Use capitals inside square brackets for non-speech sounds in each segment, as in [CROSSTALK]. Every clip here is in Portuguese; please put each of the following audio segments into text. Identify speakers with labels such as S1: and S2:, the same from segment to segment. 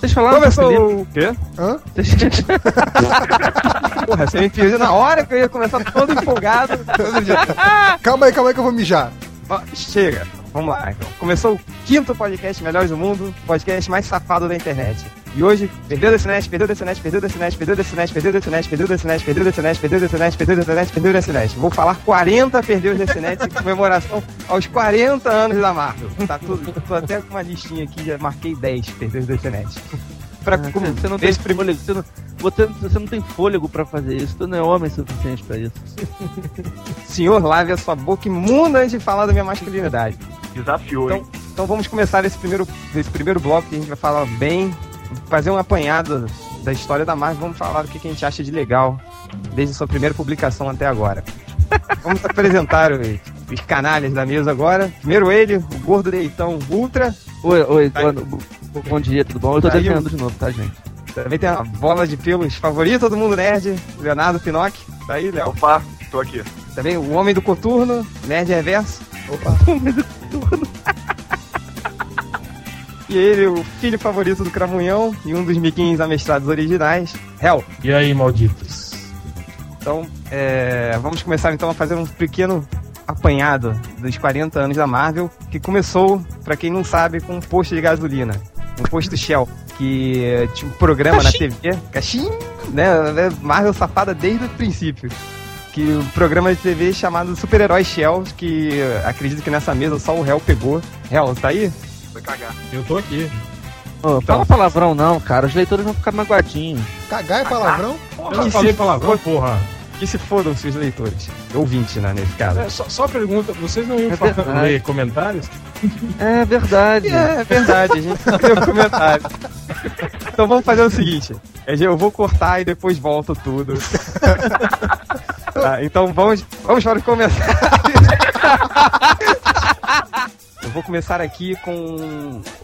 S1: Vocês falaram
S2: [LAUGHS] Começou!
S1: Quê?
S2: Hã?
S1: Porra, você me pediu na hora que eu ia começar todo empolgado. Todo dia.
S2: Calma aí, calma aí que eu vou mijar.
S1: Ó, chega. Vamos lá, então. Começou o quinto podcast Melhores do Mundo, podcast mais safado da internet. E hoje, perdeu desse net, perdeu desse net, perdeu desse net, perdeu desse net, perdeu desse net, perdeu desse net, perdeu desse net, perdeu desse net, perdeu desse net, perdeu desse net. Vou falar 40 perdeu desse net em comemoração aos 40 anos da Marvel. Tá tudo, tô até com uma listinha aqui, já marquei 10 perdeu desse net. Pra,
S3: Ah,
S1: como,
S3: cara, você não tem
S1: desse prim-
S3: fôlego, você não, você, não- você não tem fôlego pra fazer isso, tu não é homem suficiente pra isso.
S1: Senhor, lave a sua boca imunda de falar da minha masculinidade.
S4: Desafiou, hein?
S1: Então vamos começar esse primeiro, esse primeiro bloco que a gente vai falar bem, fazer um apanhado da história da Marvel, vamos falar o que que a gente acha de legal desde sua primeira publicação até agora. [LAUGHS] Vamos apresentar os, os canalhas da mesa agora. Primeiro ele, o gordo deitão Ultra,
S3: Oi, oi,
S1: Tá
S3: boa- bo- bom dia, tudo bom? Eu tô
S1: Tá aí
S3: desenhando de novo, tá, gente?
S1: também tem a bola de pelos favorita do mundo nerd, Leonardo Pinocchi. Tá aí, Léo.
S4: Opa, tô aqui.
S1: Também o homem do coturno, nerd reverso.
S2: Opa.
S1: [LAUGHS] E ele, o filho favorito do Cramunhão e um dos miquinhos amestrados originais, Hel.
S5: E aí, malditos?
S1: Então, é, vamos começar então a fazer um pequeno apanhado dos 40 anos da Marvel, que começou, pra quem não sabe, com um posto de gasolina, um posto Shell, que é, tinha um programa na TV, caixinha, né, é Marvel safada desde o princípio. Que o programa de TV chamado Super-Herói Shell, que é, acredito que nessa mesa só o réu pegou. Hel, tá aí?
S4: Vai cagar.
S5: Eu tô aqui.
S3: Ô, fala palavrão não, cara, os leitores vão ficar magoadinhos.
S2: Cagar é palavrão?
S5: Eu não
S1: Que
S5: falei
S1: se
S5: palavrão, porra.
S1: Que se fodam-se os leitores. Ouvinte, né, nesse caso.
S5: É, só, só pergunta, vocês não iam
S3: É
S5: fa-
S3: verdade.
S5: ler comentários?
S3: É verdade.
S1: É, é verdade, a gente escreveu um comentário. Então vamos fazer o seguinte: é, eu vou cortar e depois volto tudo. Tá, então vamos, vamos para os comentários. Eu vou começar aqui com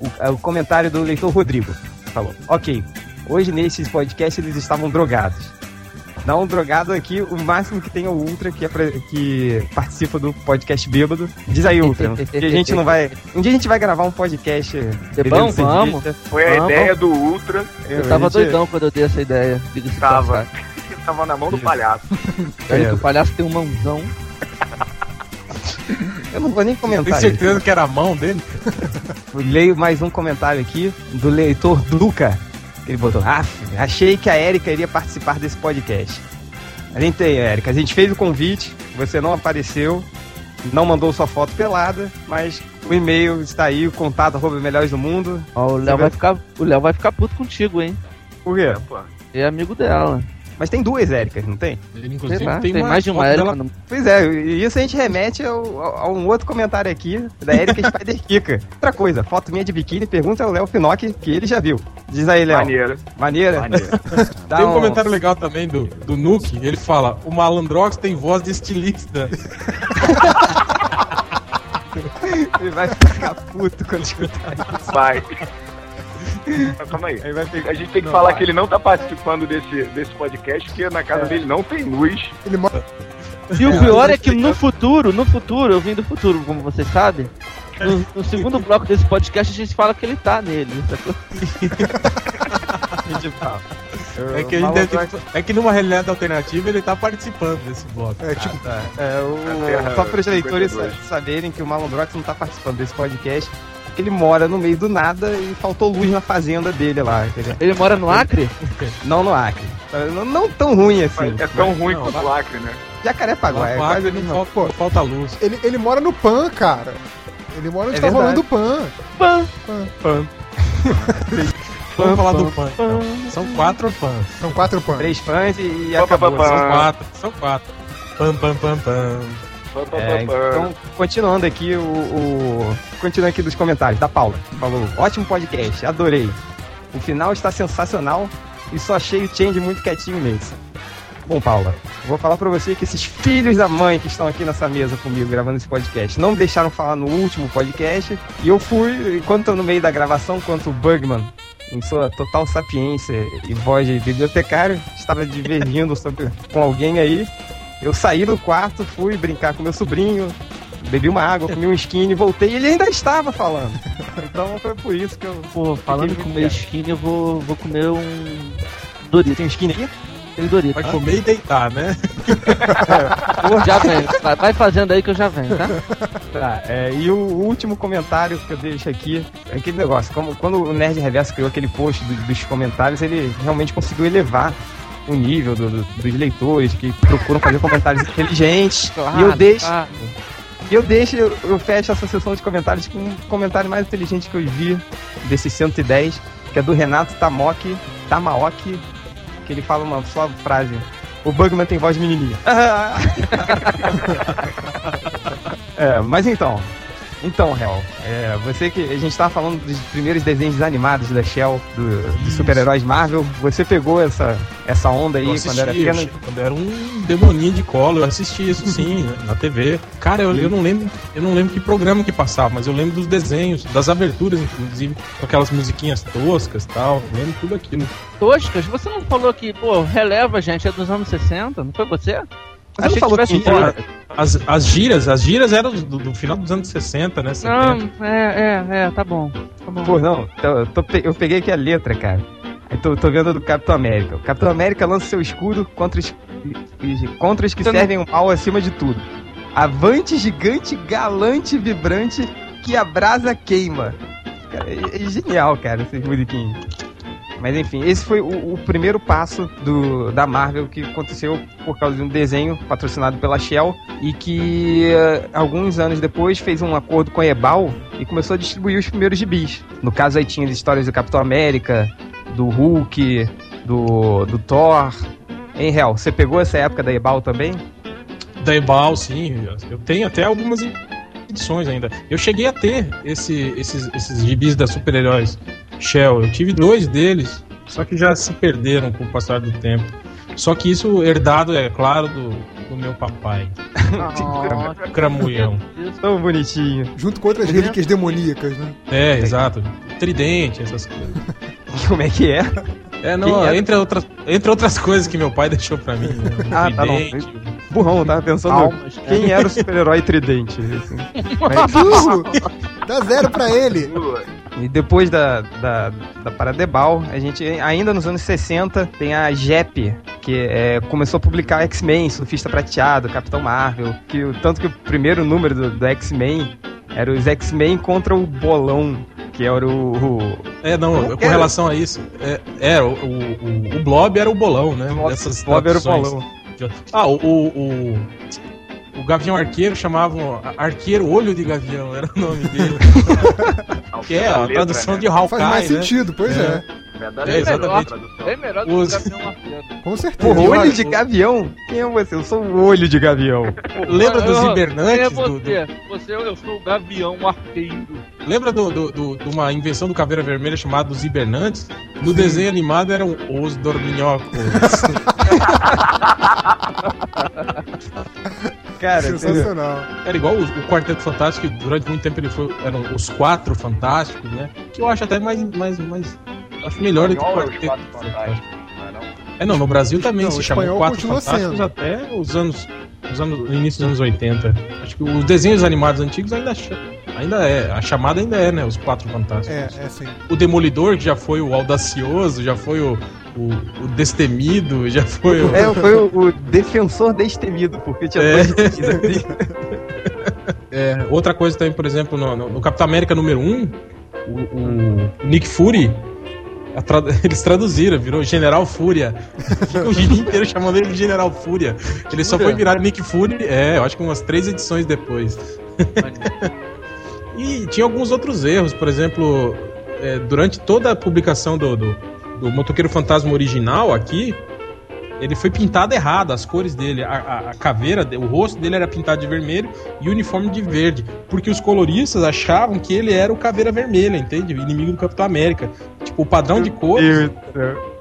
S1: o, é, o comentário do leitor Rodrigo. Falou: Ok, hoje nesse podcast eles estavam drogados. Dá um drogado aqui, o máximo que tem é o Ultra, que, é pra- que participa do podcast Bêbado. Diz aí, Ultra, que a gente não vai. Um dia a gente vai gravar um podcast. bebendo
S3: bom? Vamos.
S1: cerveja.
S4: Foi a
S3: Vamos.
S4: ideia do Ultra
S3: Eu tava
S1: a gente-
S3: doidão quando eu dei essa ideia. Diga-se de
S5: Tá,
S4: Tava.
S3: passagem.
S4: que [LAUGHS] tava na mão do palhaço.
S3: Aí que
S1: Beleza.
S3: o palhaço tem um mãozão.
S1: Eu não vou nem
S5: Tem
S1: comentar. isso.
S5: certeza que era a mão dele?
S1: Leio mais um comentário aqui do leitor Duca. Ele botou: "Aff, achei que a Erika iria participar desse podcast. A gente tem, Erika, a gente fez o convite, você não apareceu, não mandou sua foto pelada, mas o e-mail está aí, o contato arroba melhores do mundo.
S3: Ó, o Léo
S1: vê?
S3: vai ficar, o Léo vai ficar puto contigo, hein?
S1: Por quê?
S4: Pô,
S3: É amigo dela.
S1: Mas tem duas Éricas, não tem?
S5: Ele,
S3: Sei
S5: inclusive,
S3: lá, tem, mais de uma
S5: foto
S3: era.
S5: dela-
S3: mano.
S1: Pois é, e isso a gente remete ao, ao- a um outro comentário aqui da Erika Spider Kika. Outra coisa, foto minha de biquíni, pergunta ao Léo Finocchi, que ele já viu. Diz aí, Léo.
S4: Maneiro.
S1: Maneira. [LAUGHS]
S4: Maneiro.
S1: Dá
S5: Tem um
S1: [LAUGHS]
S5: comentário legal também do, do Nuke. Ele fala: O malandrox tem voz de estilista.
S1: Ele vai ficar puto quando escutar.
S5: [LAUGHS]
S4: Vai. Mas calma aí.
S1: Aí vai ficar...
S4: A gente tem que
S1: Não,
S4: falar
S1: vai.
S4: que ele não tá participando desse, desse podcast, porque na
S5: É.
S4: casa dele não tem luz.
S2: Ele mora.
S3: E o pior é que no futuro, no futuro, eu vim do futuro, como vocês sabem. No, no segundo bloco desse podcast a gente fala que ele tá nele. sacou?
S1: de pau.
S5: É que, a gente deve ter- é que numa realidade alternativa ele tá participando desse bloco.
S2: É tipo.
S1: É, o-
S5: Ah,
S4: A Terra
S1: Só para os leitores
S4: 52.
S1: saberem que o Malondrox não tá participando desse podcast, porque ele mora no meio do nada e faltou luz na fazenda dele lá. entendeu?
S3: Ele mora no Acre?
S1: Não no Acre. Não, não tão ruim assim.
S4: Mas é tão ruim
S5: não,
S4: quanto
S5: lá-
S4: o Acre, né?
S5: Lá
S1: Jacarepaguá, é
S5: no Acre
S1: quase a
S5: não
S1: mesma
S5: falta, não falta luz.
S2: Ele, ele mora no PAN, cara. Ele mora onde
S1: É
S2: tá
S1: verdade.
S2: rolando o PAN.
S3: Pã,
S5: Vamos
S1: Pã,
S5: falar
S1: pã,
S5: do fã. então. São quatro fãs.
S2: São quatro PAN.
S1: Três fãs e, e
S4: Pá, pá,
S1: acabou.
S4: pá,
S1: São-
S4: pá.
S5: São quatro. São quatro. Pam, pam, pam, pam.
S4: Pã, pã,
S1: É,
S4: pã, pã.
S1: então, continuando aqui o, o- Continuando aqui dos comentários, da Paula. Falou, ótimo podcast, adorei. O final está sensacional e só achei o change muito quietinho mesmo. Bom, Paula, vou falar pra você que esses filhos da mãe que estão aqui nessa mesa comigo gravando esse podcast não me deixaram falar no último podcast e eu fui, enquanto no meio da gravação, quanto o Bugman, em sua total sapiência e voz de bibliotecário, estava divergindo sobre, com alguém aí. Eu saí do quarto, fui brincar com meu sobrinho, bebi uma água, comi um skinny, voltei e ele ainda estava falando. Então foi por isso que eu.
S3: Pô, Tipo, falando em
S1: Fiquei
S3: comer
S1: muito
S3: skin, eu vou, vou comer um Dorito.
S1: Tem um skinny aqui?
S3: Tem Dorito.
S5: Vai comer e deitar, né?
S3: tá? [LAUGHS] Já vem. Vai- Vai fazendo aí que eu já venho, tá?
S1: Tá, é, e o último comentário que eu deixo aqui é aquele negócio. Como, quando o Nerd Reverso criou aquele post do- dos comentários, ele realmente conseguiu elevar o nível do- do- dos leitores que procuram fazer comentários [LAUGHS] inteligentes. e eu deixo,
S3: Ah,
S1: e eu deixo, eu, eu fecho essa sessão de comentários com um comentário mais inteligente que eu vi desses 110, que é do Renato Tamoki, Tamaoki, que ele fala uma só frase. O Bugman tem voz de menininha. [LAUGHS] é, mas então. Então, Hel, é, você que. A gente tava falando dos primeiros desenhos animados da Shell, do- dos super-heróis Marvel. Você pegou essa, essa onda aí
S5: eu
S1: quando era
S5: assisti, eu
S1: pequeno.
S5: che- quando era um demoninho de colo, eu assisti isso [LAUGHS] sim, né, na TV. Cara, eu, eu não lembro, eu não lembro que programa que passava, mas eu lembro dos desenhos, das aberturas, inclusive, com aquelas musiquinhas toscas e tal. Eu lembro tudo aquilo.
S3: toscas, você não falou que, pô, releva, gente, é dos anos 60? Não foi você?
S1: Você não
S3: Achei que
S1: falou
S3: tivesse
S1: que
S3: entrado.
S5: era- As, as gírias, as gírias eram do, do final dos anos 60, né? 70.
S3: Não, é, é, é, tá bom. Tá bom.
S1: Pô, não, então, eu, tô pe- eu peguei aqui a letra, cara. Eu tô, tô vendo a do Capitão América. O Capitão América lança seu escudo contra os, os- contra os que
S3: Então não-
S1: servem o mal acima de tudo. Avante, gigante, galante, vibrante, que a brasa queima. Cara, é, é genial, cara, esse musiquinho. Mas enfim, esse foi o, o primeiro passo do, da Marvel que aconteceu por causa de um desenho patrocinado pela Shell e que eh, alguns anos depois fez um acordo com a Ebal e começou a distribuir os primeiros gibis. No caso aí tinha as histórias do Capitão América, do Hulk, do, do Thor. Hein, Hel, você pegou essa época da Ebal também?
S5: da Ebal, sim. Eu tenho até algumas edições ainda. Eu cheguei a ter esse, esses, esses gibis da super-heróis Shell. Eu tive dois deles, só que já se perderam com o passar do tempo. Só que isso herdado, é claro, do, do meu papai,
S3: Nossa,
S5: Cramulhão. [LAUGHS]
S3: Deus.
S1: Tão bonitinho.
S2: Junto com outras
S1: É
S3: Entendeu?
S2: relíquias demoníacas, né?
S5: É, exato. Tridente, essas coisas.
S1: Como é que é?
S5: É,
S1: Quem
S5: não,
S1: era?
S5: entre outras, entre outras coisas que meu pai deixou pra mim. [LAUGHS] né?
S1: Ah, tá, não.
S5: Tridente,
S1: Burrão, eu tava pensando
S3: Palmas, cara.
S1: quem era o super-herói tridente. assim. Mas-
S2: Burro! Dá zero pra ele.
S5: então,
S1: E depois da, da, da Paradebal, a gente, ainda nos anos 60, tem a JEP, que é, começou a publicar X-Men, Surfista Prateado, Capitão Marvel, que o- tanto que o primeiro número do, do X-Men era os X-Men contra o Bolão, que era o... o-
S5: É, não, com
S1: Era.
S5: relação a isso, é, era o, o, o- o Blob era o bolão, né?
S1: o
S5: Dessas
S1: Bob era o
S5: traduções.
S1: Bolão.
S5: Ah, o, o, o, o Gavião Arqueiro chamavam a- Arqueiro Olho de Gavião, era o nome dele. [LAUGHS] que é
S4: né?
S5: a tradução de
S2: Faz mais
S5: Hawkeye, né?
S2: sentido, pois é.
S5: É, exatamente.
S3: Bem melhor do
S5: Os-
S3: que o Gavião Arqueiro.
S2: é. Com certeza.
S1: Porra, olho
S5: Olho
S1: de
S5: de
S1: gavião? Quem é você? Eu sou o olho de gavião.
S5: Lembra dos
S3: Eu- Quem é
S5: hibernantes? do- do-
S3: você? Você, eu sou o Gavião Arqueiro.
S5: lembra do- do- do- de uma invenção do Caveira Vermelha chamada Os Hibernantes? No desenho animado eram Os Dorminhocos.
S1: Cara, entendeu?
S2: Sensacional.
S5: era igual o, o Quarteto Fantástico, que durante muito tempo ele foi, eram os Quatro Fantásticos, né? Que eu acho até mais... mais, mais acho melhor do que o Quarteto Fantástico.
S4: né?
S5: É, não, no Brasil também
S2: Não, o
S5: se chamou
S2: espanhol
S5: Quatro
S2: continua
S5: Fantásticos
S2: sendo.
S5: até os anos, os anos. no início dos anos 80. Acho que os desenhos animados antigos ainda, cha- ainda é. A chamada ainda é, né? Os Quatro Fantásticos.
S2: É, é sim.
S5: O Demolidor, que já foi o audacioso, já foi o, o, o destemido, já foi o.
S1: É, foi o, o defensor destemido, porque tinha
S5: É.
S1: dois dentes assim.
S5: [LAUGHS] É, outra coisa também, por exemplo, no, no- no Capitão América número 1, o, o Nick Fury. a tra- [LAUGHS] Eles traduziram, virou General Fúria. Fica o dia inteiro chamando ele de General Fúria. Ele só foi virar Nick Fury, é, eu acho que umas três edições depois. [LAUGHS] E tinha alguns outros erros, por exemplo, é, durante toda a publicação do, do, do Motoqueiro Fantasma original aqui, ele foi pintado errado, as cores dele. A, a- a caveira, o rosto dele era pintado de vermelho e o uniforme de verde. Porque os coloristas achavam que ele era o Caveira Vermelha, entende? O inimigo do Capitão América. Tipo, o padrão de cores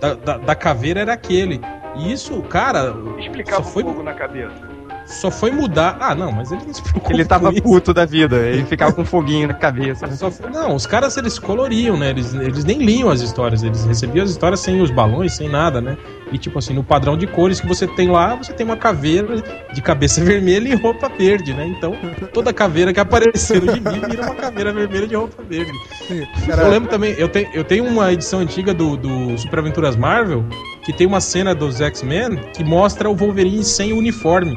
S5: da, da, da caveira era aquele. E isso, cara,
S4: Explicava
S5: Só foi-
S4: um fogo na cabeça.
S5: Só foi mudar. Ah, não, mas ele não se preocupa
S1: Ele tava
S5: com isso.
S1: puto da vida, ele ficava com foguinho na cabeça. né?
S5: Só foi- Não, os caras eles coloriam, né? Eles, eles nem liam as histórias, eles recebiam as histórias sem os balões, sem nada, né? E tipo assim, no padrão de cores que você tem lá, você tem uma caveira de cabeça [LAUGHS] vermelha e roupa verde, né? Então, toda caveira que aparecer no gibi vira uma caveira vermelha de roupa verde. Eu lembro também, eu, tenho eu tenho uma edição antiga do, do Super Aventuras Marvel que tem uma cena dos X-Men que mostra o Wolverine sem uniforme.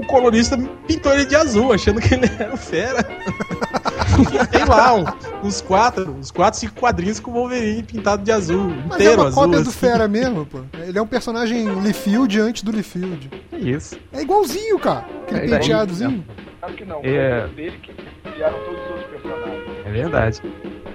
S5: O colorista pintou ele de azul, achando que ele era o fera. [LAUGHS] E tem lá um- uns quatro, uns quatro, cinco quadrinhos com o Wolverine pintado de azul,
S2: Mas é
S5: inteiro
S2: uma
S5: azul.
S2: cópia do
S5: assim.
S2: Fera mesmo, pô. Ele é um personagem Liefeld antes do Liefeld.
S1: Que Isso.
S2: É igualzinho, cara.
S1: É
S2: Aquele
S1: igualzinho.
S2: penteadozinho.
S4: Claro que não.
S1: É.
S4: Foi dele que criaram todos os outros personagens.
S1: É verdade.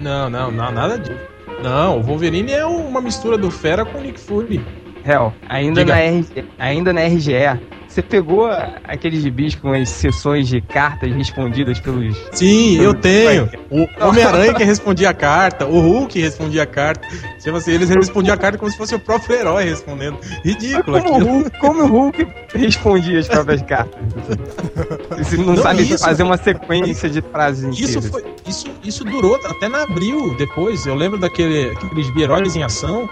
S5: Não, não, não, nada disso. Não, o Wolverine é uma mistura do fera com o Nick Fury.
S1: Hel, ainda
S5: Diga.
S1: na, RG, ainda na RGE, você pegou aqueles gibis com as sessões de cartas respondidas pelos.
S5: Sim, eu tenho. O Homem-Aranha que respondia a carta, o Hulk respondia a carta. Tipo assim, eles respondiam a carta como se fosse o próprio herói respondendo. Ridículo
S1: [LAUGHS] Como o
S5: aquilo.
S1: Hulk, como o Hulk respondia as próprias cartas. Você não,
S5: Não,
S1: sabe
S5: isso-
S1: fazer uma sequência de frases
S5: Isso,
S1: inteiras.
S5: foi, isso, isso durou até na abril depois. Eu lembro daquele aqueles heróis em ação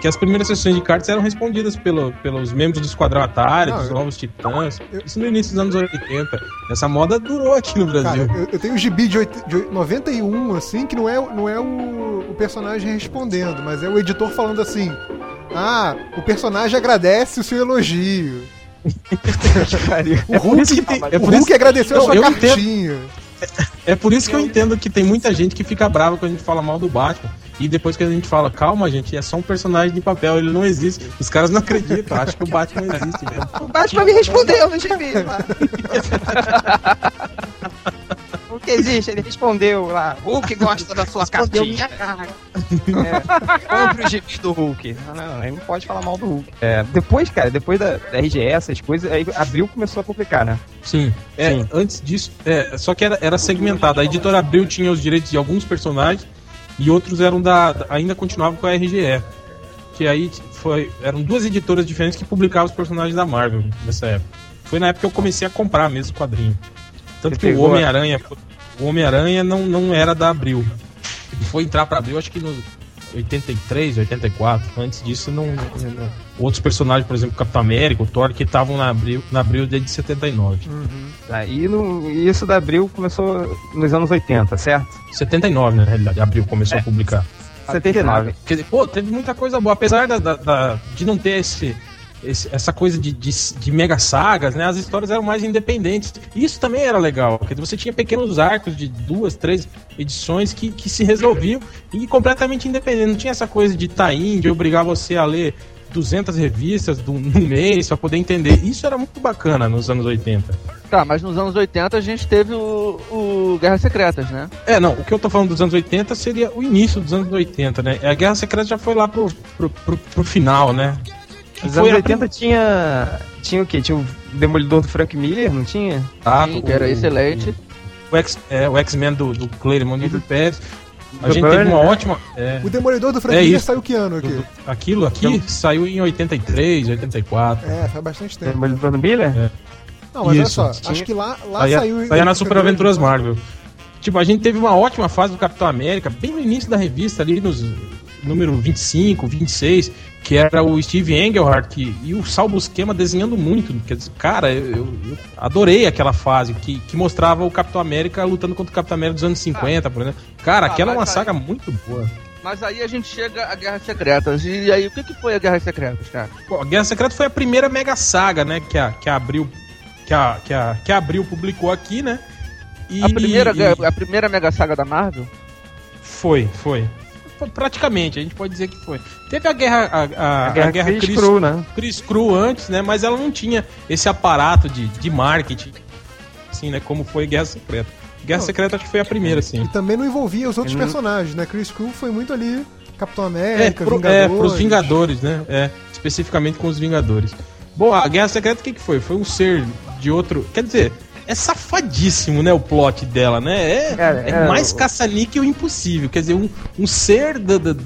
S5: que as primeiras sessões de cartas eram respondidas pelo, pelos membros do Esquadrão Atari,
S2: Não,
S5: dos
S2: eu-
S5: Novos Titãs.
S2: eu-
S5: Isso no início dos anos 80. Essa moda durou aqui no
S2: Cara,
S5: Brasil.
S2: eu, eu tenho um gibi de, oit- de oit- 91, assim, que não é, não é o, o personagem respondendo, mas é o editor falando assim: Ah, o personagem agradece o seu elogio. O
S5: por
S2: Hulk,
S5: isso que tem-
S2: o
S5: é por
S2: Hulk
S5: isso que-
S2: agradeceu a
S5: Não,
S2: sua
S5: eu
S2: cartinha.
S5: É por isso que eu entendo que tem muita gente que fica brava quando a gente fala mal do Batman. E depois que a gente fala, calma, gente, é só um personagem de papel, ele não existe. Os caras não acreditam, acham que o Batman existe né? mesmo.
S3: O Batman me respondeu no gibi. lá.
S1: O que existe? Ele respondeu lá. Hulk gosta da sua cartinha. É, compre o gibi do Hulk. Ah, Não, aí não pode falar mal do Hulk. É, depois, cara, depois da, da RGS, essas coisas, aí abril começou a publicar, né?
S5: Sim. É,
S1: Sim.
S5: antes disso, é, só que era, era segmentado. A editora Abril tinha os direitos de alguns personagens e outros eram da. da- ainda continuavam com a RGE. Que aí foi, eram duas editoras diferentes que publicavam os personagens da Marvel nessa época. Foi na época que eu comecei a comprar mesmo o quadrinho. Tanto
S1: Você
S5: que o
S1: pegou a-
S5: Homem-Aranha. O Homem-Aranha não, não era da Abril. Ele foi entrar pra Abril, acho que no 83, 84. Antes disso, não. não- Outros personagens, por exemplo, Capitão América, o Thor, que estavam na Abril, na Abril desde 79.
S1: Aí no, e isso da abril começou nos anos 80, certo?
S5: 79, na realidade, abril começou a publicar.
S1: 79.
S5: Quer dizer, pô, teve muita coisa boa. Apesar da, da- da- de não ter esse, esse- essa coisa de, de, de mega sagas, né? As histórias eram mais independentes. E Isso também era legal, porque você tinha pequenos arcos de duas, três edições que, que se resolviam e completamente independente. Não tinha essa coisa de tie-in, de obrigar você a ler 200 revistas do- no um mês pra poder entender. Isso era muito bacana nos anos 80.
S3: Tá, mas nos anos 80 a gente teve o, o Guerras Secretas, né?
S5: É, não, o que eu tô falando dos anos 80 seria o início dos anos 80, né? A Guerra Secreta já foi lá pro, pro, pro, pro final, né? Que
S1: Nos
S5: foi
S1: anos
S5: a
S1: 80 tinha. Tinha o quê? Tinha o Demolidor do Frank Miller, não tinha?
S5: Ah,
S3: Sim, que era excelente. Uhum.
S5: O, X- é, o X-Men do, do Claremont e do Pérez. A
S1: Do
S5: gente
S1: Byrne,
S5: teve uma
S1: né?
S5: ótima. É,
S2: O Demolidor do Frank
S5: É
S2: Miller
S5: isso.
S2: saiu que ano aqui?
S5: aquilo aqui saiu em 83, 84.
S2: É, faz bastante tempo.
S1: Demolidor do Miller?
S2: Não, mas
S5: É, Isso,
S2: olha só,
S5: tinha-
S2: acho que lá, lá
S5: Saía,
S2: Ah, saiu.
S5: saía na Super Aventuras Marvel. Tipo, a gente teve uma ótima fase do Capitão América, bem no início da revista, ali nos número 25, 26, que era o Steve Engelhardt que- e o Sal Buscema desenhando muito. Quer dizer, cara, eu, eu- eu adorei aquela fase que, que mostrava o Capitão América lutando contra o Capitão América dos anos 50, por exemplo. Cara,
S3: Ah,
S5: aquela é uma
S3: mas aí-
S5: saga muito boa.
S3: Mas aí a gente chega à Guerra Secretas. E aí, o que, que foi a Guerra Secretas, cara?
S5: Bom, a Guerra Secreta foi a primeira mega saga, né, que a, que a Abril que a, que a, que a Abril publicou aqui, né? E-
S3: A primeira,
S5: e-
S3: guerra- a primeira mega saga da Marvel?
S5: Foi, foi. Foi Praticamente, a gente pode dizer que foi. Teve a guerra, a, a,
S1: A Guerra,
S5: a guerra
S1: Chris
S5: Chris,
S1: Cru, né?
S5: Chris Cru antes, né? Mas ela não tinha esse aparato de, de marketing, assim, né? Como foi Guerra Secreta. Guerra
S2: Não.
S5: Secreta acho que foi a primeira, assim.
S2: E também não envolvia os outros
S1: Ele não-
S2: personagens, né? Chris Crew foi muito ali. Capitão
S5: Uhum. É,
S2: América,
S5: pro,
S2: Vingadores.
S5: é, pros Vingadores, né? É, especificamente com os Vingadores. Bom, a Guerra Secreta o que, que foi? Foi um ser de outro. Quer dizer, é safadíssimo, né? O plot dela, né? É,
S1: Cara,
S5: é
S1: é,
S5: mais
S1: o-
S5: caça-níquel impossível. Quer dizer, um, um ser da- da-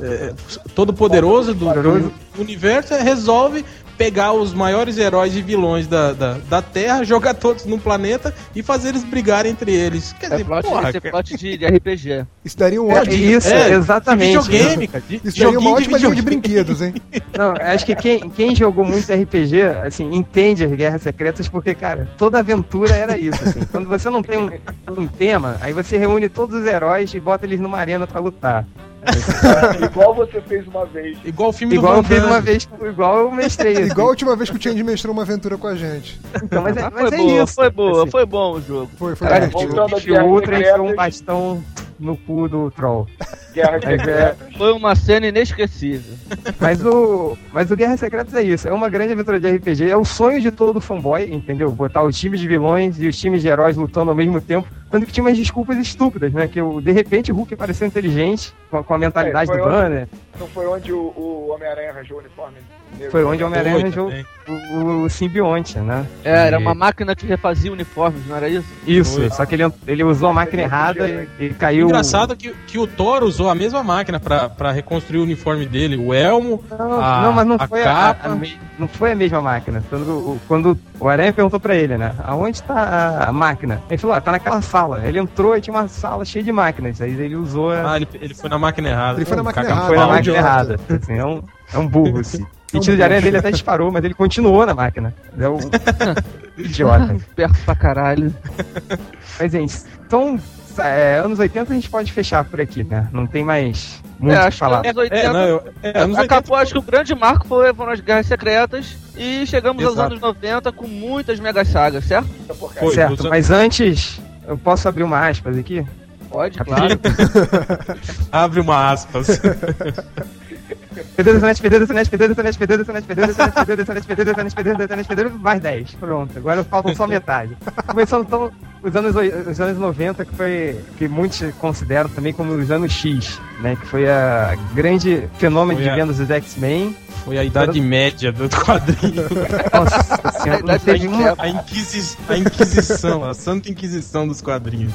S5: é, todo-poderoso do, do
S1: Poderoso.
S5: universo é, resolve pegar os maiores heróis e vilões da, da, da Terra, [LAUGHS] jogar todos num planeta e fazer eles brigarem entre eles. Quer
S3: É
S5: dizer,
S3: plot,
S5: porra,
S3: esse é
S5: cara,
S3: plot de, de RPG.
S2: Isso daria um
S1: É
S2: ótimo.
S1: isso,
S5: é,
S1: exatamente.
S5: videogame, cara. de-
S2: Isso daria uma
S5: joguinho
S2: ótima linha de
S5: videogame.
S2: brinquedos,
S5: [LAUGHS]
S2: hein?
S1: Não, acho que quem, quem jogou muito RPG, assim, entende as guerras secretas, porque, cara, toda aventura era isso, assim. Quando você não tem um, um tema, aí você reúne todos os heróis e bota eles numa arena pra lutar.
S4: [LAUGHS] Igual você fez uma vez.
S5: Igual o filme
S1: Igual eu
S5: do Van
S1: fiz uma
S5: Damme.
S1: vez, igual eu mestrei isso.
S2: Igual a última vez que o Change mestrou uma aventura com a gente.
S1: Então, mas é,
S3: Ah,
S1: mas
S3: foi
S1: é
S3: boa,
S1: isso.
S3: foi boa,
S1: Assim,
S3: foi bom o jogo.
S2: Foi, foi
S1: Cara,
S2: divertido.
S4: voltando-
S1: o bicho Ultra enfiou um bastão no cu do troll.
S4: Guerra
S1: Mas
S4: Secreta.
S1: é,
S3: Foi uma cena inesquecível.
S1: Mas o, mas o Guerra Secretas é isso, é uma grande aventura de RPG, é o sonho de todo fanboy, entendeu? Botar o time de vilões e os times de heróis lutando ao mesmo tempo, tanto que tinha umas desculpas estúpidas, né? Que o- de repente o Hulk pareceu inteligente, com a, com a mentalidade
S4: É, foi
S1: do
S4: ótimo.
S1: Banner,
S4: Não foi onde o, o Homem-Aranha arranjou o uniforme? negro?
S1: foi onde o Homem-Aranha
S5: Foi
S1: arranjou
S5: também.
S1: o, o simbionte, né?
S3: É, era uma máquina que refazia uniformes, não era isso?
S1: Isso,
S5: Foi.
S1: só que ele, ele usou a máquina errada e, e caiu...
S5: Engraçado que, que o Thor usou a mesma máquina pra, pra reconstruir o uniforme dele, o elmo.
S1: Não,
S5: a-
S1: não, mas não
S5: a
S1: foi a,
S5: capa.
S1: a me- não foi a mesma máquina. Quando, o- quando o Aranha perguntou pra ele, né? Aonde tá a- a máquina? Ele falou, ah, tá naquela sala. Ele entrou e tinha uma sala cheia de máquinas. Aí ele usou a.
S5: Ah, ele, ele foi na máquina errada.
S2: Ele foi na
S5: Um
S2: máquina
S5: cacau
S1: foi na
S5: pau
S1: máquina
S5: de-
S1: errada. Assim, é, um, é um burro, assim.
S2: É
S1: O tiro
S2: um
S1: de
S2: burro.
S1: aranha dele até disparou, mas ele continuou na máquina. É um idiota.
S3: Perto pra caralho.
S1: Mas, gente, então, é, anos 80 a gente pode fechar por aqui, né? Não tem mais muito
S3: É,
S1: o que
S3: acho que
S1: falar.
S3: anos 80,
S5: É, não, eu, é, anos 80
S3: acabou, acho que o grande marco foi, foram as Guerras Secretas e chegamos aos
S5: Exato.
S3: anos 90 com muitas mega sagas, certo?
S5: foi,
S1: certo,
S5: dos anos-
S1: mas antes, eu posso abrir uma aspas aqui?
S3: Pode,
S1: Rapidinho.
S3: claro.
S5: Abre uma [LAUGHS] aspas.
S1: Perdeu detonante, perdeu detonante, perdeu detonante, perdeu detonante, perdeu detonante, perdeu detonante, perdeu detonante, perdeu detonante, perdeu mais 10. Pronto, agora faltam só metade. Começando então os anos, oi- os anos 90, que foi que muitos consideram também como os anos X, né? Que foi a grande fenômeno
S5: Foi
S1: de
S5: a-
S1: vendas dos X-Men.
S5: Foi a idade média do quadrinho.
S1: Nossa senhora, não
S3: é
S1: teve uma.
S5: A, inquisi a Inquisição, a Santa Inquisição dos quadrinhos.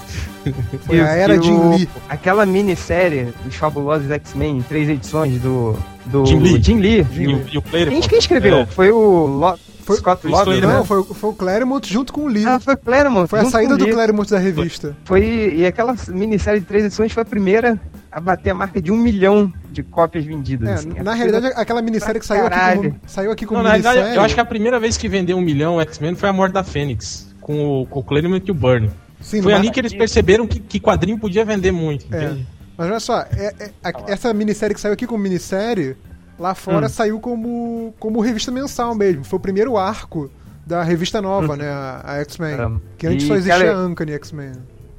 S2: Foi a
S1: que
S2: era de
S1: o-
S2: Lee.
S1: Aquela minissérie dos fabulosos X-Men, em três edições do. do
S5: Jim Lee.
S1: Jim Lee.
S5: E o, e o Player.
S1: Quem, quem escreveu?
S5: É.
S1: Foi o Lo...
S2: Foi-
S1: Scott
S5: foi
S1: Lobby,
S5: Slater,
S1: né?
S2: Não, foi, foi o Claremont junto com o Lee.
S1: Ah, foi o Claremont.
S2: Foi a
S1: junto
S2: saída
S1: com o
S2: do
S1: Lee.
S2: Claremont da revista.
S1: Foi, e aquela minissérie de três edições foi a primeira a bater a marca de um milhão de cópias vendidas.
S2: É,
S1: assim.
S2: na realidade, aquela minissérie que saiu aqui
S1: caralho.
S2: como, saiu aqui como
S5: Não, na
S2: minissérie.
S5: verdade, eu acho que a primeira vez que vendeu um milhão o X-Men foi a morte da Fênix, com o, com o Claremont e o Byrne.
S2: Sim,
S5: Foi
S2: mas,
S5: ali que eles perceberam que, que quadrinho podia vender muito,
S2: É.
S5: entende?
S2: mas olha só, é- é-
S5: Tá
S2: a- essa minissérie que saiu aqui como minissérie, lá
S5: Hum.
S2: fora saiu como, como revista mensal mesmo. Foi o primeiro arco da revista nova,
S5: Hum.
S2: né? A, a X-Men.
S1: Caramba.
S2: Que antes
S1: E,
S2: só existia
S1: cara,
S2: Uncanny X-Men.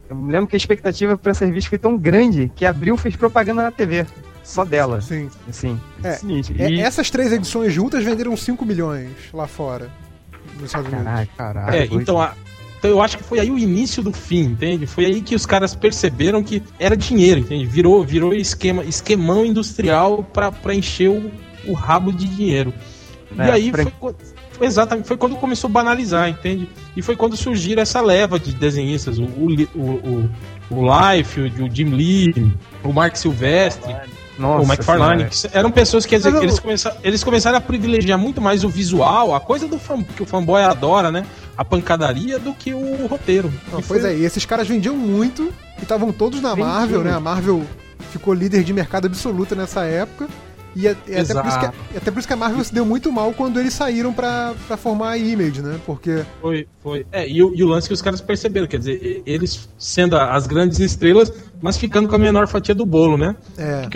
S1: Eu me lembro que a expectativa pra essa revista foi tão grande que abriu fez propaganda na TV. Só dela,
S2: Sim.
S1: assim.
S2: É,
S1: Sinistro.
S2: É,
S1: E-
S2: essas três edições juntas venderam 5 milhões lá fora. Nos Estados Unidos.
S1: Caraca, caralho.
S5: É,
S1: foi-
S5: então, a- então eu acho que foi aí o início do fim, entende? Foi aí que os caras perceberam que era dinheiro, entende? Virou, virou esquema, esquemão industrial pra pra encher o, o rabo de dinheiro.
S1: É,
S5: e aí
S1: pra-
S5: foi, quando- foi exatamente foi quando começou a banalizar, entende? E foi quando surgiram essa leva de desenhistas, o, o, Li- o, o, o Liefeld, o Jim Lee, o Mark Silvestre,
S1: Nossa,
S5: o McFarlane, que s- eram pessoas que eles,
S1: Mas eu-
S5: eles, começaram, eles começaram a privilegiar muito mais o visual, a coisa do fan, que o fanboy adora, né? A pancadaria do que o roteiro.
S2: Não,
S5: E
S2: pois
S5: foi-
S2: é, e esses caras vendiam muito e estavam todos na
S1: Vendiam.
S2: Marvel, né? A Marvel ficou líder de mercado absoluta nessa época. E, a- e é até, por isso que, a-
S5: Exato.
S2: e até por isso que a Marvel se deu muito mal quando eles saíram pra, pra formar a Image, né? Porque
S5: Foi, foi. É, e, o, e o lance que os caras perceberam, quer dizer, e- eles sendo a- as grandes estrelas, mas ficando com a menor fatia do bolo, né?
S2: é,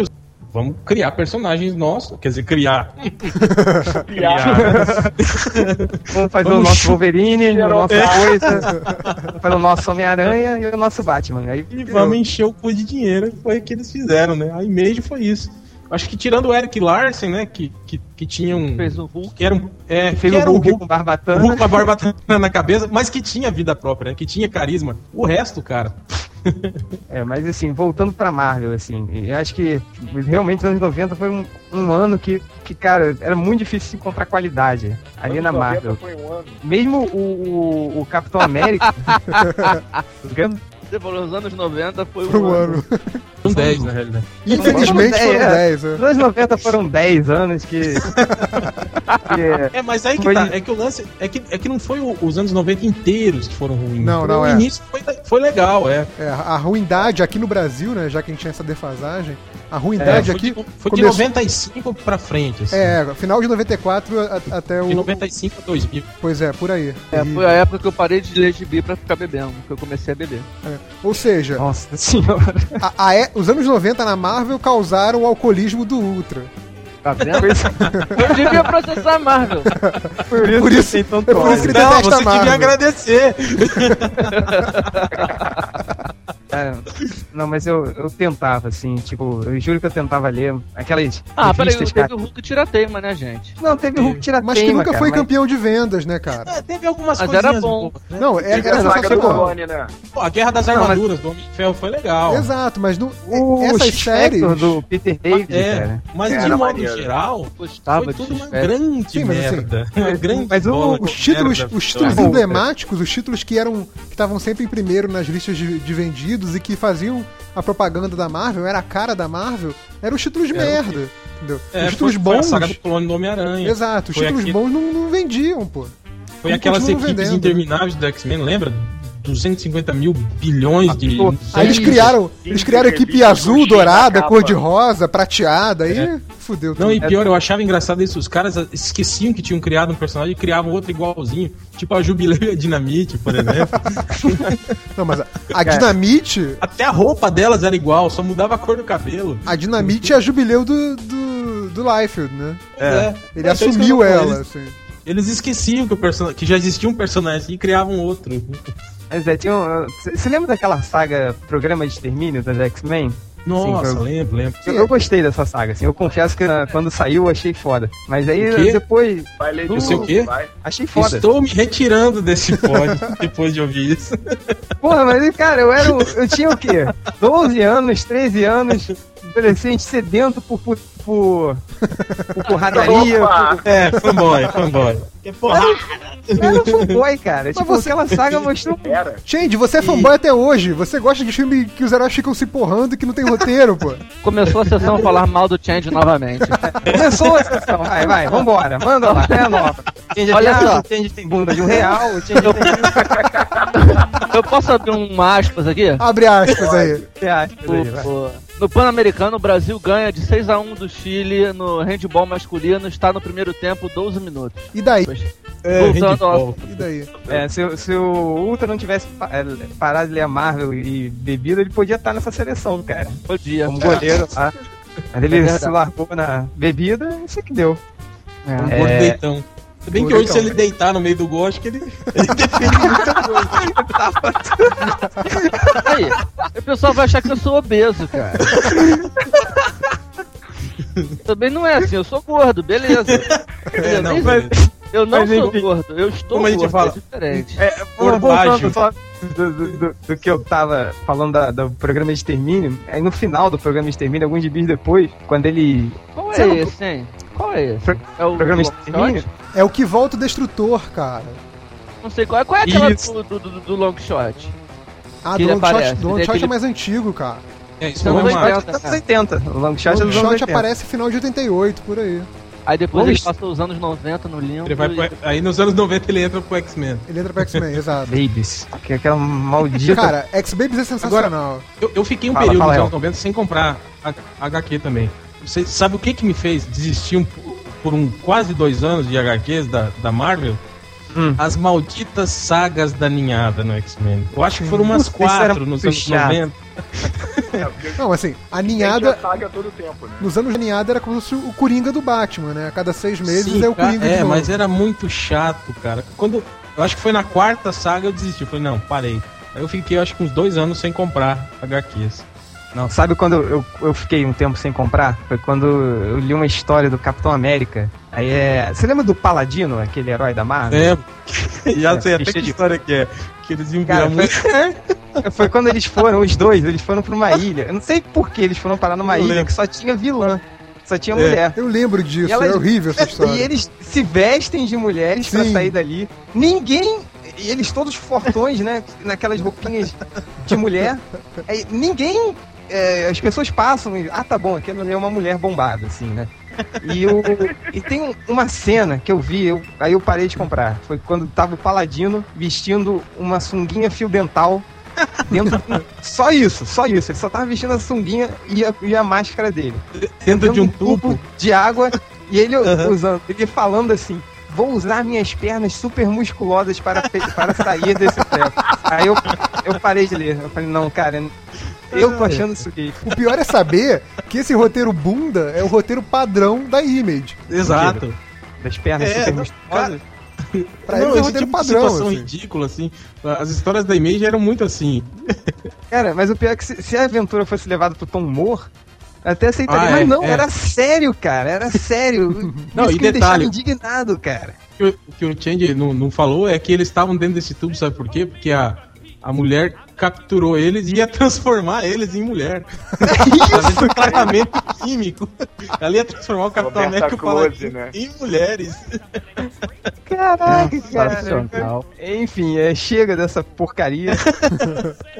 S5: Vamos criar personagens nossos, quer dizer, criar.
S1: [LAUGHS] Vamos fazer o
S5: Vamos É.
S1: nosso Wolverine, o
S4: Geral-
S1: nosso coisa, [LAUGHS] vamos fazer o nosso Homem-Aranha e o nosso Batman. Aí
S5: E vamos encher o cu de dinheiro, e foi o que eles fizeram, né? A Image foi isso. Acho que tirando o Eric Larsen, né? Que, que, que tinha um.
S3: Fez o Hulk.
S5: Que era um, é,
S1: fez
S5: que
S1: o
S5: era um
S1: Hulk
S5: Hulk
S1: com
S5: O
S1: barbatana.
S5: Hulk com a barbatana na cabeça, mas que tinha vida própria, né? que tinha carisma. O resto, cara.
S1: É, mas assim, voltando pra Marvel, assim, eu acho que realmente os anos 90 foi um, um ano que, que, cara, era muito difícil encontrar qualidade ali na
S4: Anos 90
S1: Marvel.
S4: Foi um ano.
S1: Mesmo o, o, o Capitão América.
S3: Você falou, os anos 90 foi
S2: pro
S3: um ano.
S5: [LAUGHS]
S2: ano.
S5: São né? 10, na realidade.
S2: Infelizmente né?
S1: Foram
S2: foram
S1: dez,
S2: 10, [LAUGHS]
S1: os anos 90 foram 10 anos que. porque.
S5: É, mas aí que
S1: Foi-
S5: tá. É que o lance. É que, é que não foi o- os anos 90 inteiros que foram ruins.
S2: Não,
S5: Foi
S2: não,
S5: O
S2: é.
S5: início foi, foi legal, é.
S2: É, a ruindade aqui no Brasil, né? Já que a gente tinha essa defasagem, a ruindade
S5: É, foi
S2: É, aqui.
S5: de, foi de
S2: começou-
S5: 95 pra frente, assim.
S2: É, final de 94 a- até
S5: De
S2: o.
S5: 95 a 2000.
S2: Pois é, por aí.
S3: É,
S2: E-
S3: foi a época que eu parei de ler gibi pra ficar bebendo, que eu comecei a beber.
S2: Ou seja,
S1: Nossa senhora.
S2: a- a é- os anos 90 na Marvel causaram o alcoolismo do Ultra.
S3: Tá vendo? eu devia processar a Marvel.
S1: Por isso,
S2: Por
S1: que
S2: isso-
S1: tem tanto
S2: é por
S1: ódio.
S2: isso que ele
S5: Não,
S2: detesta
S5: você
S2: a Marvel.
S5: devia agradecer.
S1: Cara, não, mas eu, eu tentava, assim, tipo, eu juro que eu tentava ler aquelas.
S3: Ah, peraí,
S1: revistas,
S3: teve
S1: cara.
S3: o Hulk tirateima, né, gente?
S1: Não, teve o Hulk Tirateima.
S2: Mas que nunca
S1: cara,
S2: foi
S1: mas-
S2: campeão de vendas, né, cara?
S5: É, teve algumas
S3: Mas
S5: coisinhas
S3: era bom.
S5: boas, né?
S2: Não, é,
S4: Teve a
S2: era
S4: saga do
S2: sensacional.
S4: clone, né?
S5: Pô, a Guerra das
S1: Não, mas-
S5: Armaduras do Homem de Ferro foi legal.
S2: Exato, mas não,
S1: O
S2: essas
S1: X-Factor
S2: séries.
S1: do Peter David,
S5: É,
S1: cara.
S5: mas
S4: Era
S5: de modo
S4: maneiro.
S5: geral,
S3: Gostava
S5: foi
S3: de
S5: tudo uma
S3: X-Factor.
S5: grande
S2: né? Sim, mas assim,
S5: merda. uma grande
S1: mas o-
S5: bola de
S2: Os títulos,
S5: merda.
S2: os títulos
S1: Bom,
S2: emblemáticos, os títulos que eram que estavam sempre em primeiro nas listas de, de vendidos e que faziam a propaganda da Marvel, era a cara da Marvel, eram os títulos
S5: Era o-
S2: merda, entendeu?
S5: É,
S2: os títulos
S5: foi, foi a
S2: bons,
S5: saga do clone do Homem-Aranha.
S2: exato, os
S5: Foi
S2: títulos
S5: aquele-
S2: bons não, não vendiam, pô.
S5: Foi
S2: Não
S5: aquelas
S2: continuam
S5: equipes
S2: vendendo.
S5: intermináveis do X-Men, lembra? 250 mil bilhões de.
S1: pô,
S2: Aí eles
S1: Sim.
S2: criaram, eles
S4: Sim,
S2: criaram
S4: sim,
S2: equipe
S4: sim,
S2: azul,
S4: sim,
S2: dourada,
S4: capa.
S2: cor de rosa, prateada, aí
S5: É.
S2: fudeu tudo.
S5: Não, e pior, eu achava engraçado isso. Os caras esqueciam que tinham criado um personagem e criavam outro igualzinho. Tipo a Jubileu e a Dinamite, por exemplo.
S2: Não, mas a, a Dinamite,
S5: Até a roupa delas era igual, só mudava a cor do cabelo.
S2: a Dinamite é a jubileu do, do, do Liefeld, né?
S5: É.
S2: Ele
S5: É, então isso que eu
S2: assumiu
S5: não-
S2: ela,
S5: eles-
S2: assim.
S5: Eles esqueciam que, o person... que já existia um personagem e criavam outro.
S1: Mas é, tinha um- Você você lembra daquela saga Programa de Extermínio das X-Men?
S5: Nossa,
S1: Sim, foi-
S5: lembro, lembro.
S1: Eu, eu gostei dessa saga, assim. Eu confesso que ah, quando saiu eu achei foda. Mas aí
S5: O quê?
S1: depois.
S4: Vai ler de
S5: Não sei
S4: novo,
S5: o quê.
S4: vai.
S1: Achei foda.
S5: Estou me retirando desse pod [LAUGHS] depois de ouvir isso.
S1: Porra, mas cara, eu era. o- Eu tinha o quê? 12 anos, 13 anos, adolescente sedento por. por. por, por
S4: Tá
S1: porradaria.
S4: Opa!
S5: É, fanboy, fanboy.
S3: É
S5: Ah, Que porra.
S1: Eu era um fanboy, cara. Tipo,
S2: você-
S1: aquela saga mostrou.
S4: Era.
S2: Gente, você é fanboy até hoje. Você gosta de filme que os heróis ficam se porrando e que não tem roteiro, pô.
S3: Começou a sessão a falar mal do Change novamente.
S1: Começou a sessão. Vai, vai, vambora. Manda lá, é nova. Tinha
S3: Olha só.
S1: Tinha tem bunda de um real, tinha de
S3: Eu posso abrir um aspas aqui?
S2: Abre aspas aí.
S1: reais.
S3: O- o- No Pan-Americano, o Brasil ganha de 6 a 1 do Chile no handball masculino, está no primeiro tempo 12 minutos.
S2: E daí?
S5: É,
S3: Voltando
S5: handball.
S3: ao-
S2: E daí?
S1: É, se, o- se o Ultra não tivesse pa- é, parado de ler a Marvel e bebido, ele podia estar nessa seleção, cara.
S3: Bom dia.
S2: É
S1: Como goleiro lá. Mas ele
S3: É verdade.
S1: se largou na bebida e isso que deu.
S5: Um
S3: É.
S5: gordo
S1: É.
S5: deitão. Se bem que
S2: Gordo
S5: hoje, se ele deitar no meio do gol, acho que ele,
S3: [LAUGHS]
S5: ele defende muita coisa. [LAUGHS]
S3: Aí, o pessoal vai achar que eu sou obeso, cara. [LAUGHS] Também não é assim, eu sou gordo, beleza.
S5: É, não,
S3: nem-
S5: mas
S3: eu não
S1: Mas,
S3: sou
S1: enfim,
S3: gordo, eu estou
S5: como a gente
S3: gordo,
S5: fala?
S3: é diferente.
S1: É,
S5: Gordagem.
S1: voltando só do, do- do- do que eu tava falando da- do programa de extermínio, aí no final do programa de extermínio, alguns gibis depois, quando ele.
S3: Qual
S1: Você
S3: é
S1: não-
S3: esse, hein? Qual é esse?
S1: Pro-
S3: É o
S1: Programa
S3: do
S1: de extermínio?
S3: Longshot?
S2: É o que volta o destrutor, cara.
S3: Não sei qual é. Qual é aquela
S1: Isso.
S3: do, do, do, do long shot?
S2: Ah, do
S3: Que ele
S2: Longshot
S3: aparece,
S2: do
S3: ele
S2: Longshot
S3: tem
S2: é mais antigo, cara.
S5: É, isso
S3: Então
S5: não é
S3: vai
S5: uma...
S3: ver.
S1: Longshot é dos anos 80. O Longshot é dos anos
S2: Longshot
S1: 80.
S2: aparece final de 88, por aí.
S3: Aí depois
S1: Vamos-
S3: ele passa os anos 90 no limbo.
S5: Ele vai
S3: e-
S5: pro- Aí nos anos 90 ele entra pro X-Men.
S2: Ele entra pra X-Men, [LAUGHS] exato.
S1: Babies. Que é aquela maldita.
S2: Cara, X-Babies é sensacional.
S5: Eu, eu fiquei um
S1: Fala,
S5: período
S1: fala,
S5: nos
S1: Real.
S5: anos 90 sem comprar H- HQ também. Você sabe o que que me fez desistir um- por um quase dois anos de HQs da, da Marvel?
S1: Hum.
S5: As malditas sagas da ninhada no X-Men. Eu acho que foram umas
S1: Puta, isso era
S5: quatro nos
S1: muito
S5: anos
S1: chato.
S5: 90.
S4: É, porque a gente
S2: Não, assim,
S4: tinha
S2: a ninhada.
S4: saga a todo tempo, né?
S2: Nos anos da ninhada era como se fosse o Coringa do Batman, né? A cada seis meses
S5: Sim,
S2: é o
S5: cara,
S2: Coringa
S5: é,
S2: de novo.
S5: mas era muito chato, cara. Quando. Eu acho que foi na quarta saga eu desisti. Eu falei, não, parei. Aí eu fiquei, eu acho que uns dois anos sem comprar HQs.
S1: Sabe quando eu, eu fiquei um tempo sem comprar? Foi quando eu li uma história do Capitão América. Aí é. Você lembra do Paladino, aquele herói da Marvel?
S5: É. [LAUGHS] Já sei até
S1: Deixa
S5: que
S1: de-
S5: história que é. Que eles iam
S1: Cara,
S5: virar muito.
S1: [LAUGHS] Foi quando eles foram, os dois, eles foram pra uma ilha. Eu não sei por que eles foram parar numa
S5: Eu
S1: ilha
S5: lembro.
S1: que só tinha vilã. Só tinha
S5: É.
S1: mulher.
S2: Eu lembro disso,
S1: E ela-
S2: é horrível essa história.
S1: E eles se vestem de mulheres pra
S2: Sim.
S1: sair dali. Ninguém. E eles todos fortões, né? Naquelas roupinhas de mulher. Aí ninguém. é, as pessoas passam e. Ah, tá bom, aquela ali é uma mulher é bombada, assim, né? E, o, e tem um- uma cena que eu vi, eu- aí eu parei de comprar. Foi quando tava o Paladino vestindo uma sunguinha fio dental. Dentro de um- só isso, só isso. Ele só tava vestindo a sunguinha e a, e a máscara dele.
S5: Dentro de um
S1: Dentro
S5: tubo.
S1: de água e ele
S5: [LAUGHS] Aham.
S1: usando, ele falando assim. Vou usar minhas pernas super musculosas para, fe- para sair desse treco. Aí eu, eu parei de ler. Eu falei, não, cara, eu tô achando isso gay.
S2: O pior é saber que esse roteiro bunda é o roteiro padrão da Image.
S5: Exato.
S1: Das pernas
S5: É,
S1: super
S5: não,
S1: musculosas.
S2: Pra eles é
S5: esse
S2: roteiro
S5: tipo
S2: padrão.
S5: de situação
S2: assim.
S5: ridícula, assim. As histórias da Image eram muito assim.
S1: Cara, mas o pior é que se, se a aventura fosse levada pro tom humor, até aceitaria.
S5: Ah,
S1: mas
S5: é,
S1: não,
S5: é.
S1: era sério, cara, era
S5: [LAUGHS]
S1: sério.
S5: Não,
S1: Isso
S5: e
S1: que me deixava
S5: detalhe-
S1: indignado, cara.
S5: O que o- o que o Change não, não falou é que eles estavam dentro desse tubo, sabe por quê? Porque a, a mulher capturou eles e ia transformar eles em
S2: [LAUGHS]
S5: mulher. Isso, tratamento químico. Ela ia transformar o Capitão
S4: Roberta
S5: América e o
S4: Close,
S5: Paladino
S4: né?
S5: em mulheres.
S1: Caraca, cara.
S3: Sensacional.
S1: É, Enfim, é, chega dessa
S5: [LAUGHS]
S1: porcaria.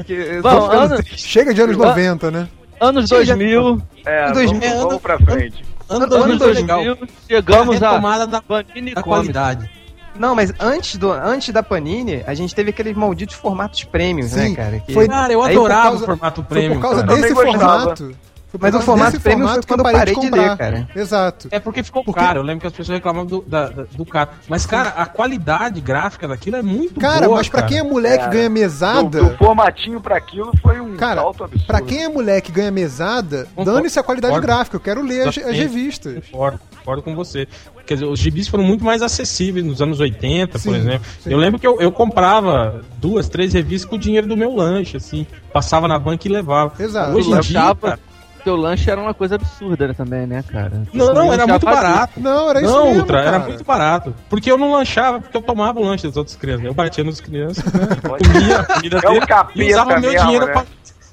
S1: que eu tô
S3: Bom,
S1: ficando
S3: Ana-
S1: triste.
S2: Chega de anos
S3: Ah.
S2: 90, né?
S3: Anos
S1: Chega.
S3: 2000,
S4: É,
S1: Em
S4: vamos,
S1: 2000,
S4: vamos pra frente.
S5: Ano
S3: anos
S5: 2000 legal.
S3: 2000, chegamos
S5: a
S3: a
S5: retomada da,
S3: Panini Comics.
S5: da qualidade.
S1: Não, mas antes, do, antes da Panini, a gente teve aqueles malditos formatos prêmios,
S2: Sim,
S1: né, cara? Que-
S2: foi-
S5: Cara, eu
S1: Aí, por
S5: adorava
S2: causa-
S5: o formato
S2: Foi
S5: premium.
S2: por causa
S5: cara.
S2: desse
S4: Também gostava.
S2: formato. foi por
S1: Mas o
S2: causa
S1: formato
S2: desse
S1: premium foi
S2: formato
S1: quando eu parei de ler, cara.
S2: Exato.
S5: É porque ficou
S2: Porque-
S5: caro. Eu lembro que as pessoas reclamavam do, da- da- do caro. Mas, cara, a qualidade gráfica daquilo é muito
S2: Cara,
S5: boa.
S2: mas pra quem é moleque
S4: Cara,
S2: ganha
S4: Do,
S2: mesada.
S4: do formatinho pra aquilo foi um
S2: Cara,
S4: salto absurdo.
S2: Pra quem é moleque e ganha mesada,
S5: Concordo.
S2: dane-se a qualidade
S5: Concordo.
S2: gráfica. Eu quero ler as, as
S5: Exatamente.
S2: revistas.
S5: Concordo, concordo com você. Quer dizer, os gibis foram muito mais acessíveis nos anos 80,
S2: Sim,
S5: por exemplo.
S2: sim.
S5: Eu lembro que eu, eu comprava duas, três revistas com o dinheiro do meu lanche, assim. Passava na banca e levava.
S2: Exato.
S5: Hoje em
S3: Eu
S5: dia,
S3: achava-
S5: cara,
S3: Teu lanche era uma coisa absurda né, também, né, cara?
S5: não, não, era muito
S3: assim,
S5: barato.
S2: Não, era Tá isso
S5: não,
S2: mesmo,
S5: Ultra, era
S2: cara.
S5: muito barato. Porque eu não lanchava, porque eu tomava o lanche das outras crianças. Eu batia nos crianças, né?
S4: [LAUGHS] Pode-
S5: comia a comida
S4: É um
S5: dele e usava
S4: capeta
S5: o meu
S4: mesmo,
S5: dinheiro
S4: né?
S5: pra...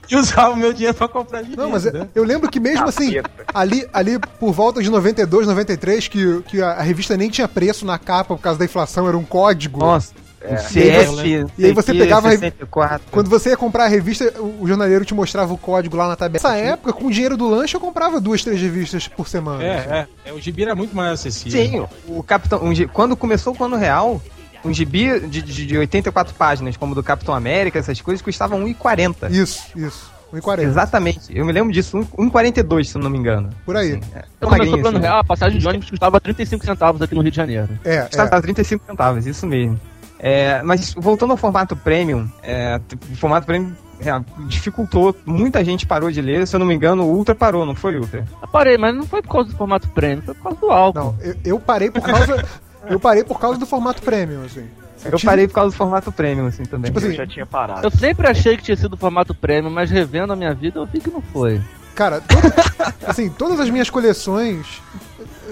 S5: E usava o meu dinheiro pra comprar gibis,
S2: Não, mas é-
S5: né?
S2: eu lembro que mesmo assim,
S4: Capeta.
S2: ali, ali por volta de 92, 93, que, que a a revista nem tinha preço na capa por causa da inflação, era um código.
S1: Nossa,
S3: É.
S1: um o
S2: E aí
S1: CF.
S5: você- e aí
S1: sei
S2: você
S1: que,
S2: pegava-
S1: 64.
S2: Quando você ia comprar a revista, o o jornaleiro te mostrava o código lá na tabela. Nessa época, com o dinheiro do lanche, eu comprava duas, três revistas por semana. assim.
S5: É, é, é, o gibi era muito mais acessível.
S1: Sim, o Capitão. um gi- quando começou o ano real, um gibi de, de, de 84 páginas, como o do Capitão América, essas coisas, custava 1,40.
S2: Isso, isso. 1,40.
S1: Exatamente. Eu me lembro disso, 1,42, se eu não me engano.
S2: Por aí.
S1: Assim, é,
S3: Então, começou
S1: magrinho,
S3: o plano
S1: assim.
S3: real, a passagem de ônibus custava 35 centavos aqui no Rio de Janeiro.
S2: É, é.
S1: Custava 35 centavos, isso mesmo. É, mas voltando ao formato premium, é, t- o formato premium é, dificultou, muita gente parou de ler, se eu não me engano, o Ultra parou, não foi Ultra?
S3: Eu parei, mas não foi por causa do formato prêmio, foi por causa do álcool.
S2: Não, é. eu, eu parei por causa. eu parei por causa do formato premium, assim.
S1: Eu
S2: tive-
S1: parei por causa do formato premium, assim, também.
S2: Tipo assim,
S4: Eu já tinha parado.
S3: Eu sempre achei que tinha sido o formato prêmio, mas revendo a minha vida eu vi que não foi.
S2: Cara, todo- [LAUGHS] assim, todas as minhas coleções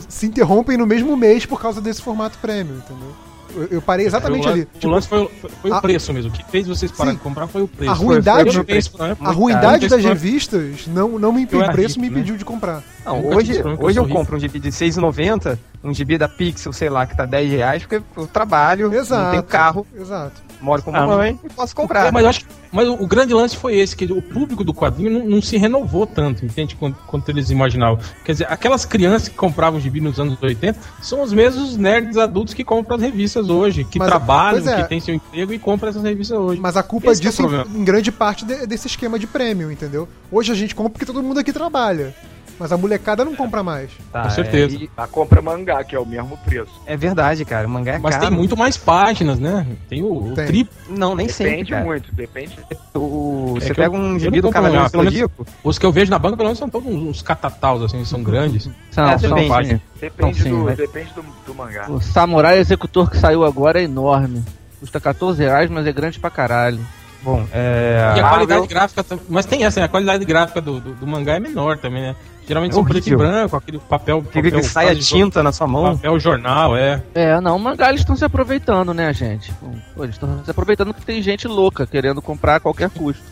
S2: se interrompem no mesmo mês por causa desse formato premium, entendeu? Eu, eu parei exatamente
S5: o, lan-
S2: ali. Tipo,
S5: O lance foi, o- foi- foi
S2: a-
S5: o preço mesmo. O que fez vocês pararem
S2: Sim.
S5: de comprar foi o preço.
S2: A ruindade-
S5: Foi- foi o preço, né?
S2: A ruindade
S5: Muito caro.
S2: das revistas não, não me
S5: Eu
S2: impediu, o
S5: era
S2: preço me
S5: rico, né?
S2: impediu de comprar.
S1: Não,
S5: Nunca
S1: hoje,
S5: tive problema com
S1: hoje eu
S5: sorriso.
S1: compro um gibi de 6,90, um gibi da Pixel, sei lá, que tá 10 reais, porque eu trabalho, não
S2: Exato.
S1: tenho carro,
S2: Exato.
S1: moro com
S5: Ah,
S1: mamãe e posso comprar.
S5: É, mas eu acho que- mas o grande lance foi esse, que o público do quadrinho não, não se renovou tanto, entende? Quanto, quanto eles imaginavam. Quer dizer, aquelas crianças que compravam gibi nos anos 80 são os mesmos nerds adultos que compram as revistas hoje, que
S2: Mas-
S5: trabalham,
S2: pois é.
S5: que têm seu emprego e compram essas revistas hoje.
S2: Mas a culpa
S5: Esse que é o
S2: disso, em-
S5: problema.
S2: em grande parte, de- desse esquema de prêmio, entendeu? Hoje a gente compra porque todo mundo aqui trabalha. Mas a molecada não compra mais.
S1: Tá,
S5: com certeza.
S1: É, e-
S4: A compra mangá, que é o mesmo preço.
S1: é verdade, cara, o mangá é
S5: Mas
S1: caro.
S5: tem muito mais páginas, né? Tem o, o
S2: Tem.
S5: triplo.
S1: Não, nem sempre,
S4: Depende
S1: cara.
S4: muito, depende.
S1: O-
S5: É
S1: você
S5: que eu-
S1: pega um
S5: eu
S1: gibi
S5: não
S1: do
S5: compro
S1: Cavaleiro
S5: mangá, pelo menos-
S1: Zodíaco,
S5: Os que eu vejo na banca, pelo menos, são todos uns catataus, assim, são grandes.
S3: São,
S1: É,
S3: são
S1: depende.
S3: páginas.
S4: Depende,
S3: Não, sim,
S4: do,
S3: mas-
S4: depende do, do mangá.
S3: O Samurai Executor que saiu agora é enorme. Custa 14 reais, mas é grande pra caralho.
S1: bom, [LAUGHS] é...
S5: E a
S4: Marvel-
S5: qualidade gráfica. tam- Mas tem essa, né? A qualidade gráfica do, do, do mangá é menor também, né? Geralmente
S1: É
S5: são preto e
S1: horrível.
S5: branco, aquele papel.
S1: Fica
S5: papel
S1: que sai a
S5: quase
S1: tinta na sua mão.
S5: Papel jornal, é.
S3: É, não, o mangá eles estão se aproveitando, né, gente? Pô, eles estão se aproveitando porque tem gente louca querendo comprar a qualquer custo.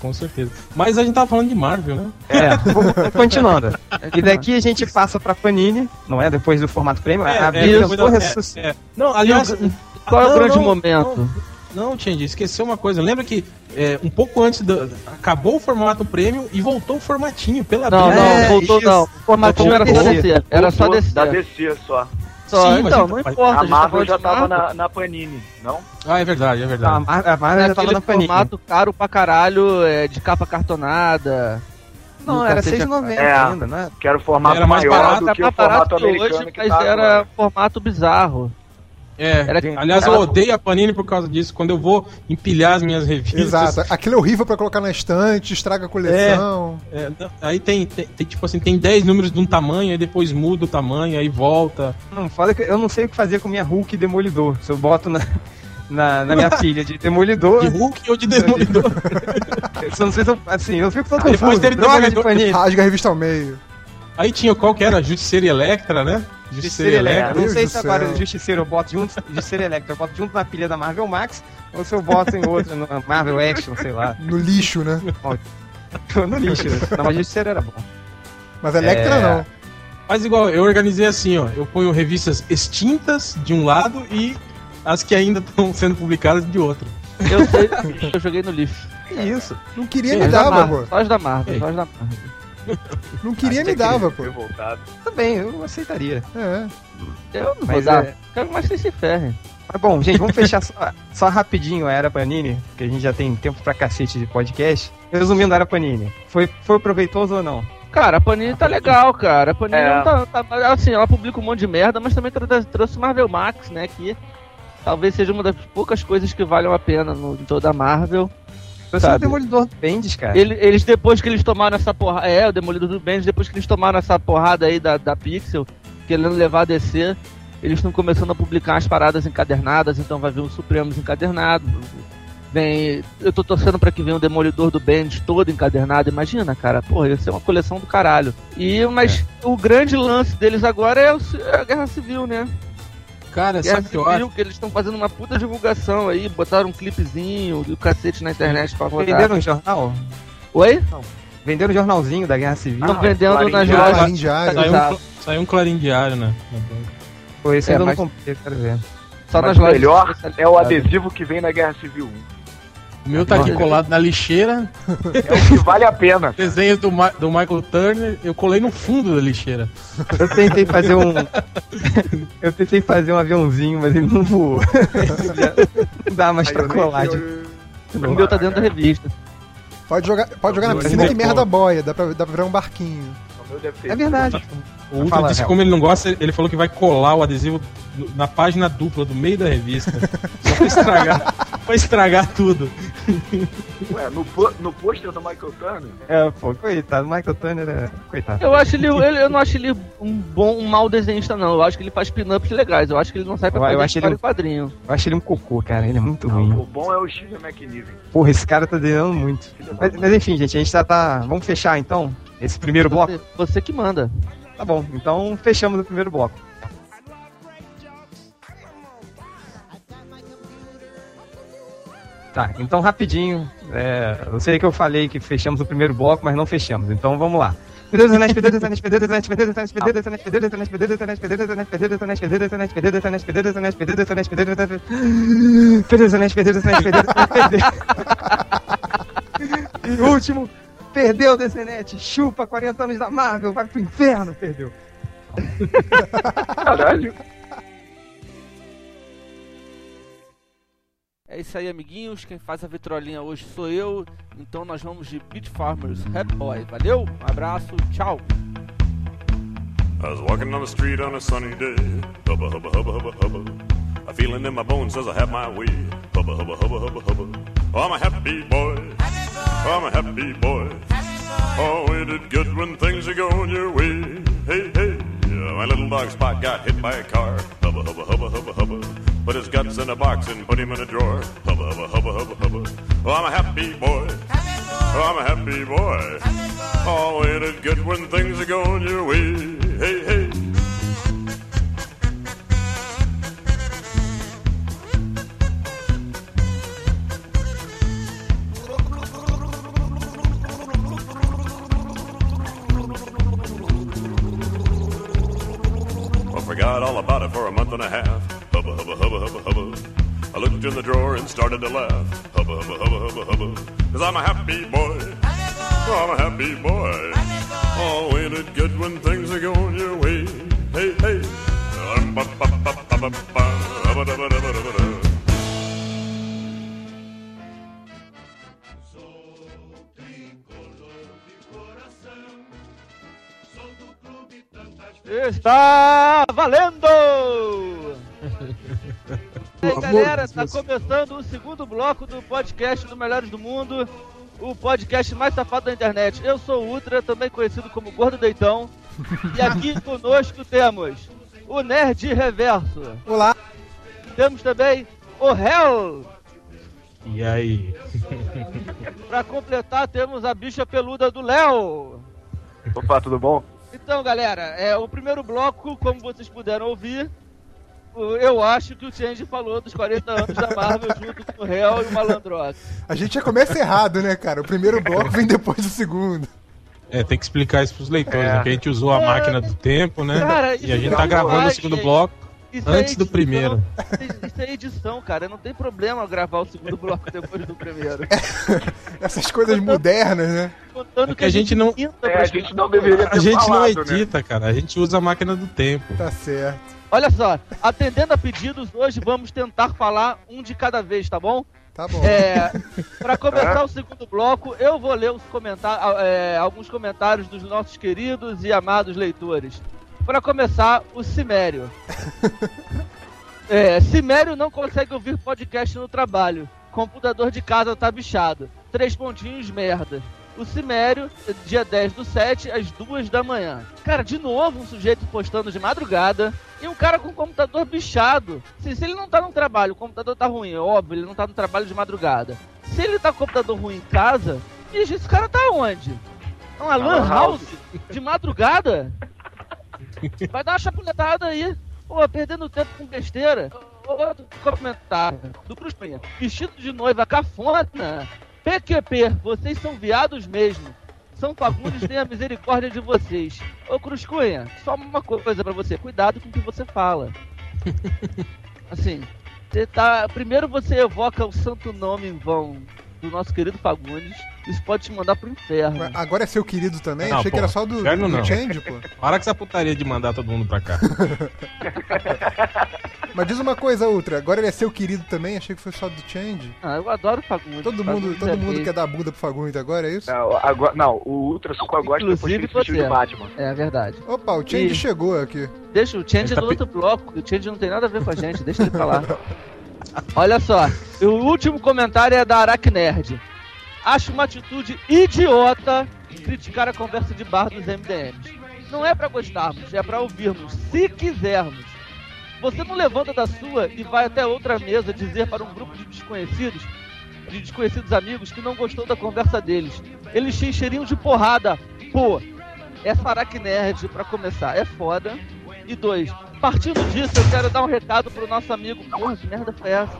S5: Com certeza. Mas a gente tava falando de Marvel, né?
S1: É, vou- vou- continuando. E daqui a gente passa pra Panini, não é?
S3: Ah,
S1: Depois do formato prêmio, a
S5: É,
S1: vida
S5: é,
S1: foi
S5: é,
S1: ressuscitada.
S5: é. Não, aliás.
S3: Qual é o
S5: não,
S3: grande
S5: não,
S3: momento?
S5: não. Não, Change, esqueceu uma coisa. Lembra que é, um pouco antes da- acabou o formato prêmio e voltou o formatinho pela
S3: Não,
S5: primeira
S1: É,
S3: não, voltou
S1: isso.
S3: não. O formatinho era só
S1: Voltou.
S3: descer. Era só
S4: Voltou Da
S3: descer.
S4: DC só.
S3: Só,
S5: Sim, mas
S3: então,
S5: então,
S3: não
S5: mas-
S3: importa.
S4: A
S3: gente tá
S4: Marvel
S3: falando
S4: já
S3: de
S4: tava
S3: Marvel.
S4: na, na Panini, não?
S5: Ah, é verdade, é
S1: A
S5: verdade.
S1: Mar- a Marvel já tava
S3: Naquele
S1: na Panini.
S3: formato caro pra caralho, é, de capa cartonada.
S1: Não,
S3: do
S1: era
S3: cacete a-
S1: 6,90
S4: É.
S1: ainda, né?
S4: Que era o formato
S5: Era mais
S4: maior
S5: barato,
S4: do
S3: Tá
S4: que o
S3: mais
S4: formato
S3: barato que
S4: americano
S3: hoje,
S4: que
S3: mas
S4: tá
S3: era um formato bizarro.
S5: É,
S3: Era-
S5: tem- aliás, eu odeio a Panini por causa disso. Quando eu vou empilhar as minhas revistas,
S2: Exato. Aquilo é horrível pra colocar na estante, estraga a coleção.
S5: é, não, aí tem, tem, tem, tipo assim, tem 10 números de um tamanho, aí depois muda o tamanho, aí volta.
S1: Não, foda que eu não sei o que fazer com minha Hulk e Demolidor. Se eu boto na, na, na minha pilha de Demolidor,
S5: De Hulk ou de [LAUGHS] Demolidor.
S1: eu só não sei se eu, assim, eu fico todo
S5: Aí depois
S1: confuso.
S5: teve
S1: Droga de
S5: Demolidor.
S1: Panini.
S2: Rasga a revista ao meio.
S5: aí tinha qual que era? Justiceira e Electra, né?
S1: Justiceiro Electra.
S2: Electra.
S1: Não sei
S2: Deus
S1: se
S2: do
S1: agora
S2: céu.
S1: o Justiceiro eu boto junto. Justiceiro Electra, eu boto junto na pilha da Marvel Max, ou se eu boto em outra, na Marvel Action, sei lá.
S2: No lixo, né?
S1: No lixo. Não, mas Justiceiro era bom.
S2: Mas Electra
S1: É.
S2: não.
S5: Mas igual, eu organizei assim, ó. Eu ponho revistas extintas de um lado e as que ainda estão [LAUGHS] sendo publicadas de outro.
S3: Eu sei,
S4: [LAUGHS]
S3: bicho, eu joguei no lixo.
S1: Que isso?
S2: Não queria
S5: Sim,
S2: me
S5: mas
S3: Da
S2: dava,
S3: Marvel,
S2: pô.
S3: só as da Marvel,
S5: Ei.
S3: só as da Marvel.
S2: Não queria me
S6: é
S4: aquele
S2: dava, pô.
S4: revoltado.
S1: Também, Tá eu aceitaria.
S2: É.
S3: Eu não vou
S1: Mas
S3: dar.
S1: é-
S3: ah, Quero mais que vocês se ferrem.
S1: Mas bom, gente, vamos fechar só, só rapidinho a Era Panini, que a gente já tem tempo pra cacete de podcast. Resumindo a Era Panini, foi, foi proveitoso ou não?
S3: Cara, a Panini tá legal, cara. A Panini
S4: É.
S3: não tá, tá- Assim, ela publica um monte de merda, mas também tra- trouxe Marvel Max, né? Que talvez seja uma das poucas coisas que valham a pena no, em toda a Marvel.
S1: Eu sou
S3: Sabe.
S1: o um Demolidor do Bendis,
S5: É.
S1: cara.
S3: Ele- eles, depois que eles tomaram essa porrada. É, o Demolidor do Bendis, depois que eles tomaram essa porrada aí da, da Pixel, querendo levar a DC, eles estão começando a publicar as paradas encadernadas, então vai vir um Supremos encadernado. Vem. Eu tô torcendo pra que venha o Demolidor do Bendis todo encadernado. Imagina, cara. Porra, ia ser uma coleção do caralho. E, mas
S5: É.
S3: o grande lance deles agora é, o ci- é a Guerra Civil, né?
S5: Cara,
S3: Guerra
S5: sabe o que eu acho?
S3: Civil, que eles estão fazendo uma puta divulgação aí, botaram um clipezinho do cacete na internet pra rodar.
S1: Venderam um jornal?
S3: Oi?
S1: Venderam um jornalzinho da Guerra Civil?
S3: Estão vendendo
S4: Clarim
S3: nas
S4: de
S2: Ah,
S3: lojas.
S2: Clarim Diário.
S5: Saiu
S3: Exato.
S5: um, saiu um clarim diário, né? na banca.
S1: Pô, esse eu
S3: É,
S1: ainda
S3: mas-
S1: não comprei, quero ver.
S3: Só
S4: Mas
S3: Tá nas lojas.
S4: melhor É o
S3: ADC.
S4: adesivo que vem na Guerra Civil 1.
S5: O meu tá aqui
S3: Nossa.
S5: colado na lixeira.
S4: É o que vale a
S5: [LAUGHS]
S4: pena.
S5: Desenhos do, Ma- do Michael Turner, eu colei no fundo da lixeira.
S1: Eu tentei fazer um. [LAUGHS] eu tentei fazer um aviãozinho, mas ele não voou. [LAUGHS] não dá mais
S4: Aí
S1: pra
S4: eu nem-
S1: colar de
S4: eu-
S3: O meu tá dentro da revista.
S2: Pode jogar, pode jogar na
S5: Dois
S2: piscina que
S5: decoros.
S2: merda boia. Dá pra, dá pra virar um barquinho.
S4: o meu deve ter-
S1: É verdade.
S5: O Ultra
S1: Fala,
S5: disse que
S1: Hel.
S5: como ele não gosta, ele falou que vai colar o adesivo no- na página dupla do meio da revista. Só pra estragar, [LAUGHS] pra estragar tudo.
S4: Ué, no, po- no pôster do Michael Turner,
S1: É, pô, coitado. Michael Turner é. Coitado.
S3: Eu acho ele, ele- eu não acho ele um bom, um mau desenhista, não. Eu acho que ele faz pin-ups legais. Eu acho que ele não sai pra
S1: Eu- eu
S3: fazer
S1: acho ele-
S3: história em quadrinho.
S1: Eu acho ele um cocô, cara. Ele é muito
S4: não,
S1: ruim.
S4: o bom é o Steve McNiven.
S1: Porra, esse cara tá desenhando muito.
S4: Filho da
S1: Mas, mas enfim, gente, a gente já tá. Vamos fechar então esse primeiro bloco?
S3: Você, você que manda.
S1: Tá bom, então fechamos o primeiro bloco. Tá, então rapidinho. é, eu sei que eu falei que fechamos o primeiro bloco, mas não fechamos. Então vamos lá. [LAUGHS] E último, perdeu o DCNet, chupa 40 anos da Marvel, vai pro inferno, perdeu.
S4: Caralho.
S7: É isso aí, amiguinhos. Quem faz a vitrolinha hoje sou eu. Então nós vamos de Beat Farmers Rap Boy. Valeu, um abraço, tchau.
S8: I was walking on the street on a sunny day. Hubba, hubba, hubba, hubba, hubba. A feeling in my bones says I have my way. Hubba, hubba, hubba, hubba, hubba. Oh, I'm a happy boy. Oh, I'm a happy boy. Oh, ain't it good when things are going your way? Hey, hey. Yeah, my little dog Spot got hit by a car. Hubba, hubba, hubba, hubba, hubba. Put his guts in a box and put him in a drawer. Hubba, hubba, hubba, hubba, hubba. Oh, I'm a happy boy. Oh, I'm a happy boy. Oh, ain't it good when things are going your way? Hey, hey. I forgot all about it for a month and a half. Hubba, hubba, hubba, hubba, hubba. I looked in the drawer and started to laugh. Hubba, hubba, hubba, hubba, hubba. Cause I'm a happy boy. Oh, I'm a happy boy. Oh, ain't it good when things are going your way? Hey, hey. Um, ba, ba, ba, ba, ba, ba. Hubba, dubba, dubba, dubba, dubba.
S3: Está valendo! E aí, galera, tá começando o segundo bloco do podcast do Melhores do Mundo, o podcast mais safado da internet. Eu sou o Ultra, também conhecido como Gordo Deitão, e aqui conosco temos o Nerd Reverso,
S2: Olá,
S3: temos também o Hell,
S5: E aí?
S3: pra completar temos a bicha peluda do Léo.
S4: Opa, tudo bom?
S3: Então, galera, é, o primeiro bloco, como vocês puderam ouvir, o- eu acho que o Change falou dos 40 anos da Marvel junto com o Hell e o Malandrox.
S2: a gente já começa errado, né, cara? O primeiro bloco vem depois do segundo.
S5: É, tem que explicar isso pros leitores, né? Que a gente usou a máquina do tempo, né?
S3: É. Cara, isso
S5: e a gente
S3: é
S5: tá
S3: bobagem,
S5: gravando o segundo
S3: gente.
S5: bloco.
S3: Isso
S5: Antes do primeiro.
S3: Isso é edição, cara. Não tem problema gravar o segundo bloco depois do primeiro.
S4: É.
S2: Essas coisas modernas, né?
S3: Contando
S5: É que a gente não-
S3: pinta
S4: É, a
S3: pras
S4: gente
S3: pessoas.
S4: não deveria ter
S5: A gente não
S4: falado, né?
S5: edita, cara. A gente usa a máquina do tempo.
S2: Tá certo.
S3: Olha só, atendendo a pedidos, hoje vamos tentar falar um de cada vez, tá bom?
S2: Tá bom.
S3: É, para começar o segundo bloco, eu vou ler os comentar, ah, é, alguns comentários dos nossos queridos e amados leitores. Para começar, o Cimério. É, Cimério não consegue ouvir podcast no trabalho. Computador de casa tá bichado. Três pontinhos, merda. O Cimério, dia 10 do 7, às 2 da manhã. Cara, de novo um sujeito postando de madrugada e um cara com o computador bichado. Assim, se ele não tá no trabalho, o computador tá ruim, é óbvio, ele não tá no trabalho de madrugada. Se ele tá com o computador ruim em casa, bicho, esse cara tá onde? É uma lan house de madrugada? Vai dar uma chapuletada aí. Pô, perdendo tempo com besteira. Outro comentário do Cruz Penha. Vestido de noiva cafona. PQP, vocês são viados mesmo. São Fagundes tem a misericórdia de vocês. Ô Cruz Cunha, só uma coisa pra você. Cuidado com o que
S2: [LAUGHS]
S3: você fala. Assim, você tá... primeiro você evoca o santo nome em vão do nosso querido Fagundes. Isso pode te mandar pro inferno.
S2: Mas Agora é seu querido também?
S5: Não,
S2: Achei que
S5: pô.
S2: era só do,
S5: Inferno
S2: do
S5: não.
S2: Change, pô.
S5: Para com essa putaria de mandar todo mundo
S3: [LAUGHS]
S5: pra cá.
S2: Mas diz uma coisa, outra. Agora ele é seu querido também? Achei que foi só do Change.
S3: Ah, eu adoro Fagundes.
S2: Todo
S3: Fagundes
S2: mundo, todo
S3: é
S2: mundo
S3: rei.
S2: quer dar bunda pro Fagundes agora, é isso?
S4: Não, agora, não o Ultra só gosta depois que
S3: Inclusive
S4: ele se vestiu de
S3: você.
S4: Batman.
S3: É verdade.
S2: Opa, o Change
S3: Ih.
S2: chegou aqui.
S3: Deixa o Change
S5: Ele tá
S3: no outro bloco. O Change não tem nada a ver com a gente, deixa ele
S5: [LAUGHS]
S3: falar. Olha só, o último comentário é da Aracnerd. Acho uma atitude idiota criticar a conversa de bar dos MDMs. Não é pra gostarmos, é pra ouvirmos, se quisermos. Você não levanta da sua e vai até outra mesa dizer para um grupo de desconhecidos, de desconhecidos amigos, que não gostou da conversa deles. Eles te encheriam de porrada. Pô, essa Aracnerd, É pra começar, é foda. E dois, partindo disso, eu quero dar um recado pro nosso amigo. Porra, que merda foi essa?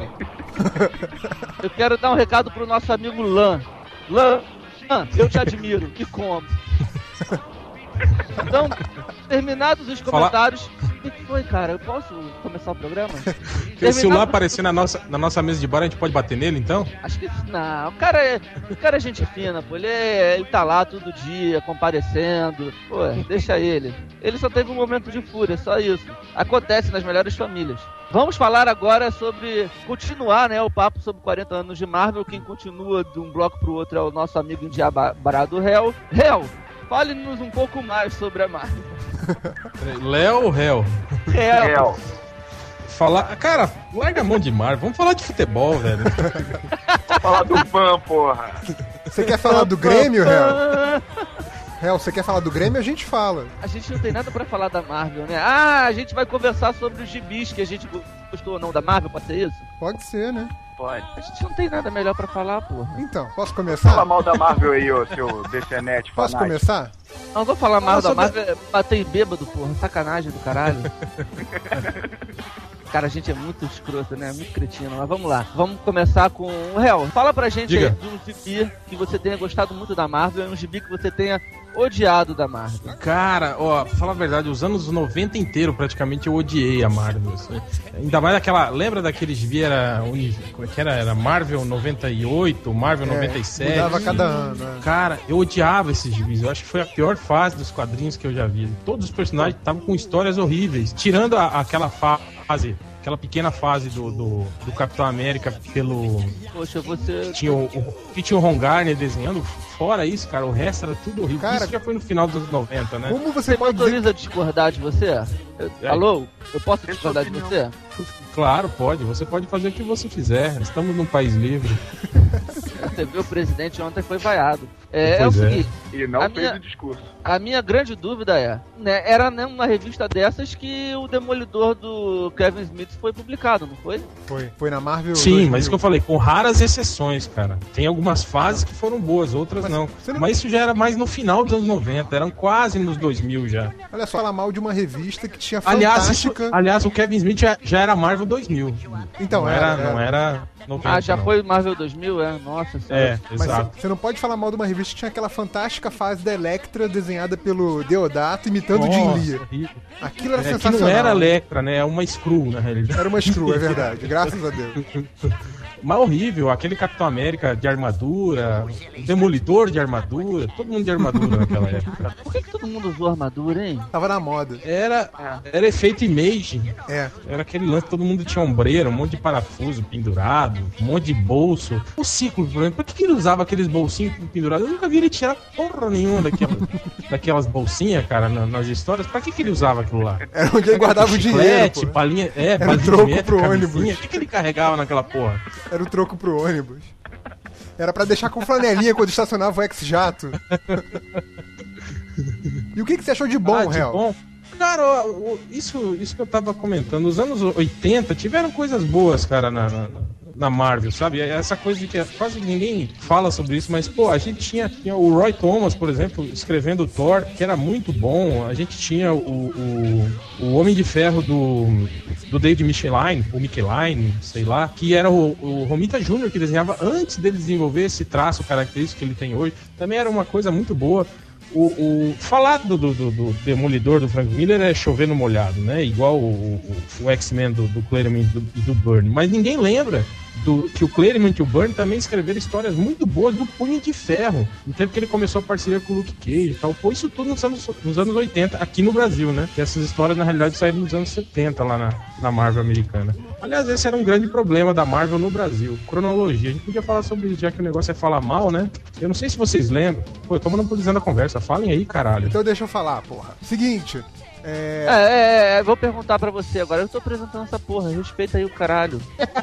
S3: Eu quero dar um recado pro nosso amigo Lan. Lan, Lan, eu te admiro e como. Então, terminados os
S5: Fala-
S3: comentários. O que foi, cara? Eu posso começar o programa?
S5: Se o celular
S3: Terminado-
S5: aparecer na nossa, na nossa mesa de bar, a gente pode bater nele, então?
S3: Acho que não. O cara é, o cara é gente fina, pô. Ele, é- ele tá lá todo dia, comparecendo. Pô, deixa ele. Ele só teve um momento de fúria, só isso. Acontece nas melhores famílias. Vamos falar agora sobre continuar, né, o papo sobre 40 anos de Marvel. Quem continua de um bloco pro outro é o nosso amigo endiabarado Hell. Hell, fale-nos um pouco mais sobre a Marvel. É,
S5: Peraí, Léo ou réu?
S6: É.
S3: Hell,
S4: Real.
S5: Falar. Cara, larga a mão de mar. Vamos falar de futebol, velho.
S4: Fala do Van, porra.
S2: Você quer falar do Grêmio, Hel? Hel, você quer falar do Grêmio? A gente fala.
S3: A gente não tem nada pra falar da Marvel, né? Ah, a gente vai conversar sobre os gibis que a gente gostou ou não da Marvel, pode ser isso?
S2: Pode ser, né?
S4: Pode.
S3: A gente não tem nada melhor pra falar, porra.
S2: Então, posso
S4: Fala
S2: começar?
S4: mal da Marvel aí, ô seu DCNet.
S2: Posso
S4: fanático.
S2: começar?
S3: Não vou falar mal da
S5: sobre-
S3: Marvel, é bater em bêbado, porra. Sacanagem do
S5: [LAUGHS]
S3: caralho. Cara, a gente é muito escroto, né? Muito cretino. Mas vamos lá. Vamos começar com o Real. Fala pra gente
S5: Diga.
S3: aí de um gibi que você tenha gostado muito da Marvel e um gibi que você tenha odiado da Marvel?
S5: Cara, ó, pra falar a verdade, os anos 90 inteiro praticamente eu odiei a Marvel. assim. Ainda mais aquela. Lembra daqueles vieram. Como é que era? Era Marvel 98, Marvel
S2: É,
S5: 97.
S2: Mudava a cada ano. né?
S5: Cara, eu odiava esses gibis. Eu acho que foi a pior fase dos quadrinhos que eu já vi. Todos os personagens estavam com histórias horríveis. Tirando a- aquela fase, aquela pequena fase do, do, do Capitão América pelo.
S3: Poxa, você.
S5: Tinha o, o- que tinha o Ron Garner desenhando. Fora isso, cara, o resto era tudo horrível.
S2: Cara-
S5: isso já foi no final dos anos 90, né?
S2: Como você
S3: Você me
S2: pode dizer
S3: autoriza a discordar de você? Eu-
S5: É.
S3: Alô? Eu posso discordar de você?
S5: Claro, pode. Você pode fazer o que você quiser. Estamos num país livre.
S3: Você viu, o presidente ontem foi vaiado. É, é o
S5: Pois é.
S3: seguinte.
S4: E não
S3: A
S4: fez
S3: minha-
S4: o discurso.
S3: A minha grande dúvida é, né, era né, uma revista dessas que o Demolidor do Kevin Smith foi publicado, não foi?
S2: Foi, foi na Marvel.
S5: Sim,
S2: 2000.
S5: mas isso que eu falei, com raras exceções, cara. Tem algumas fases que foram boas, outras
S2: Mas
S5: não.
S2: você não-
S5: Mas isso já era mais no final dos anos 90, eram quase nos 2000 já.
S2: Olha só, falar mal de uma revista que tinha
S5: Aliás, isso-
S2: fantástica.
S5: aliás, o Kevin Smith já, já era Marvel 2000.
S2: Então,
S5: não era,
S2: era, era.
S5: não era 90.
S3: ah, já
S5: não.
S3: foi Marvel 2000, é? Nossa
S5: É,
S3: senhora.
S2: Mas
S5: exato.
S2: você não pode falar mal de uma revista que tinha aquela fantástica fase da Electra desenhada pelo Deodato imitando o Jim
S5: Nossa,
S2: Lee.
S5: horrível.
S2: Aquilo era
S5: É, que
S2: sensacional.
S5: não era Electra, né? É uma Screw, na realidade.
S2: Era uma screw, é
S5: [LAUGHS]
S2: verdade. Graças a Deus.
S5: Mas horrível, aquele Capitão América de armadura, o Demolidor de armadura, todo mundo de armadura naquela época.
S3: Por que, que todo mundo usou armadura, hein?
S2: Tava na moda.
S5: Era, era efeito image,
S2: É.
S5: era aquele lance, todo mundo tinha ombreira, um monte de parafuso pendurado, um monte de bolso. O ciclo, por exemplo, por que que ele usava aqueles bolsinhos pendurados? Eu nunca vi ele tirar porra nenhuma daquela, daquelas bolsinhas, cara, na- nas histórias. Pra que, que ele usava aquilo lá?
S2: Era onde ele guardava o dinheiro.
S5: Chiclete,
S2: pô.
S5: palinha, é,
S2: um
S5: palinha de
S2: troco
S5: meta,
S2: pro
S5: camisinha.
S2: ônibus.
S5: O que, que ele carregava naquela porra?
S2: Era o troco pro ônibus. Era pra deixar com flanelinha quando estacionava o X-Jato. E o que, que você achou de bom,
S5: Ah, de
S2: Hel?
S5: bom. Cara, ó, o- isso, isso que eu tava comentando, nos anos 80 tiveram coisas boas, cara, na, na, na Marvel, sabe? Essa coisa de que quase ninguém fala sobre isso, mas, pô, a gente tinha, tinha o Roy Thomas, por exemplo, escrevendo o Thor, que era muito bom. A gente tinha o, o, o Homem de Ferro do, do David Michelin, o Michelin, sei lá, que era o, o Romita Jr. que desenhava antes dele desenvolver esse traço característico que ele tem hoje. Também era uma coisa muito boa. O, o- falar do, do, do- do Demolidor do Frank Miller é chover no molhado, né? Igual o, o- o X-Men do, do Claremont e do, e do Byrne. Mas ninguém lembra do, que o Claremont e o Byrne também escreveram histórias muito boas do Punho de Ferro. No tempo que ele começou a parceria com o Luke Cage e tal. Pô, isso tudo nos anos, nos anos 80, aqui no Brasil, né? Que essas histórias, na realidade, saíram nos anos 70 lá na, na Marvel americana. Aliás, esse era um grande problema da Marvel no Brasil. Cronologia. A gente podia falar sobre isso, já que o negócio é falar mal, né? Eu não sei se vocês lembram. Pô, eu tô monopolizando a conversa. Falem aí, caralho.
S2: Então deixa eu falar, porra. Seguinte, é.
S3: É, é, é, vou perguntar pra você agora. Eu tô apresentando essa porra, respeita aí o caralho.
S5: [LAUGHS]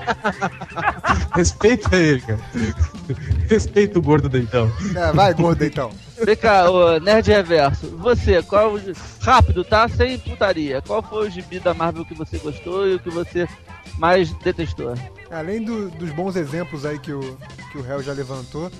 S5: Respeita ele, cara. Respeita o gordo deitão.
S2: é, vai, gorda, então.
S3: Vem cá, ô Nerd Reverso. Você, qual. o gi- Rápido, tá? Sem putaria. Qual foi o gibi da Marvel que você gostou e o que você mais detestou?
S2: Além do- dos bons exemplos aí que o, que o Hel já levantou,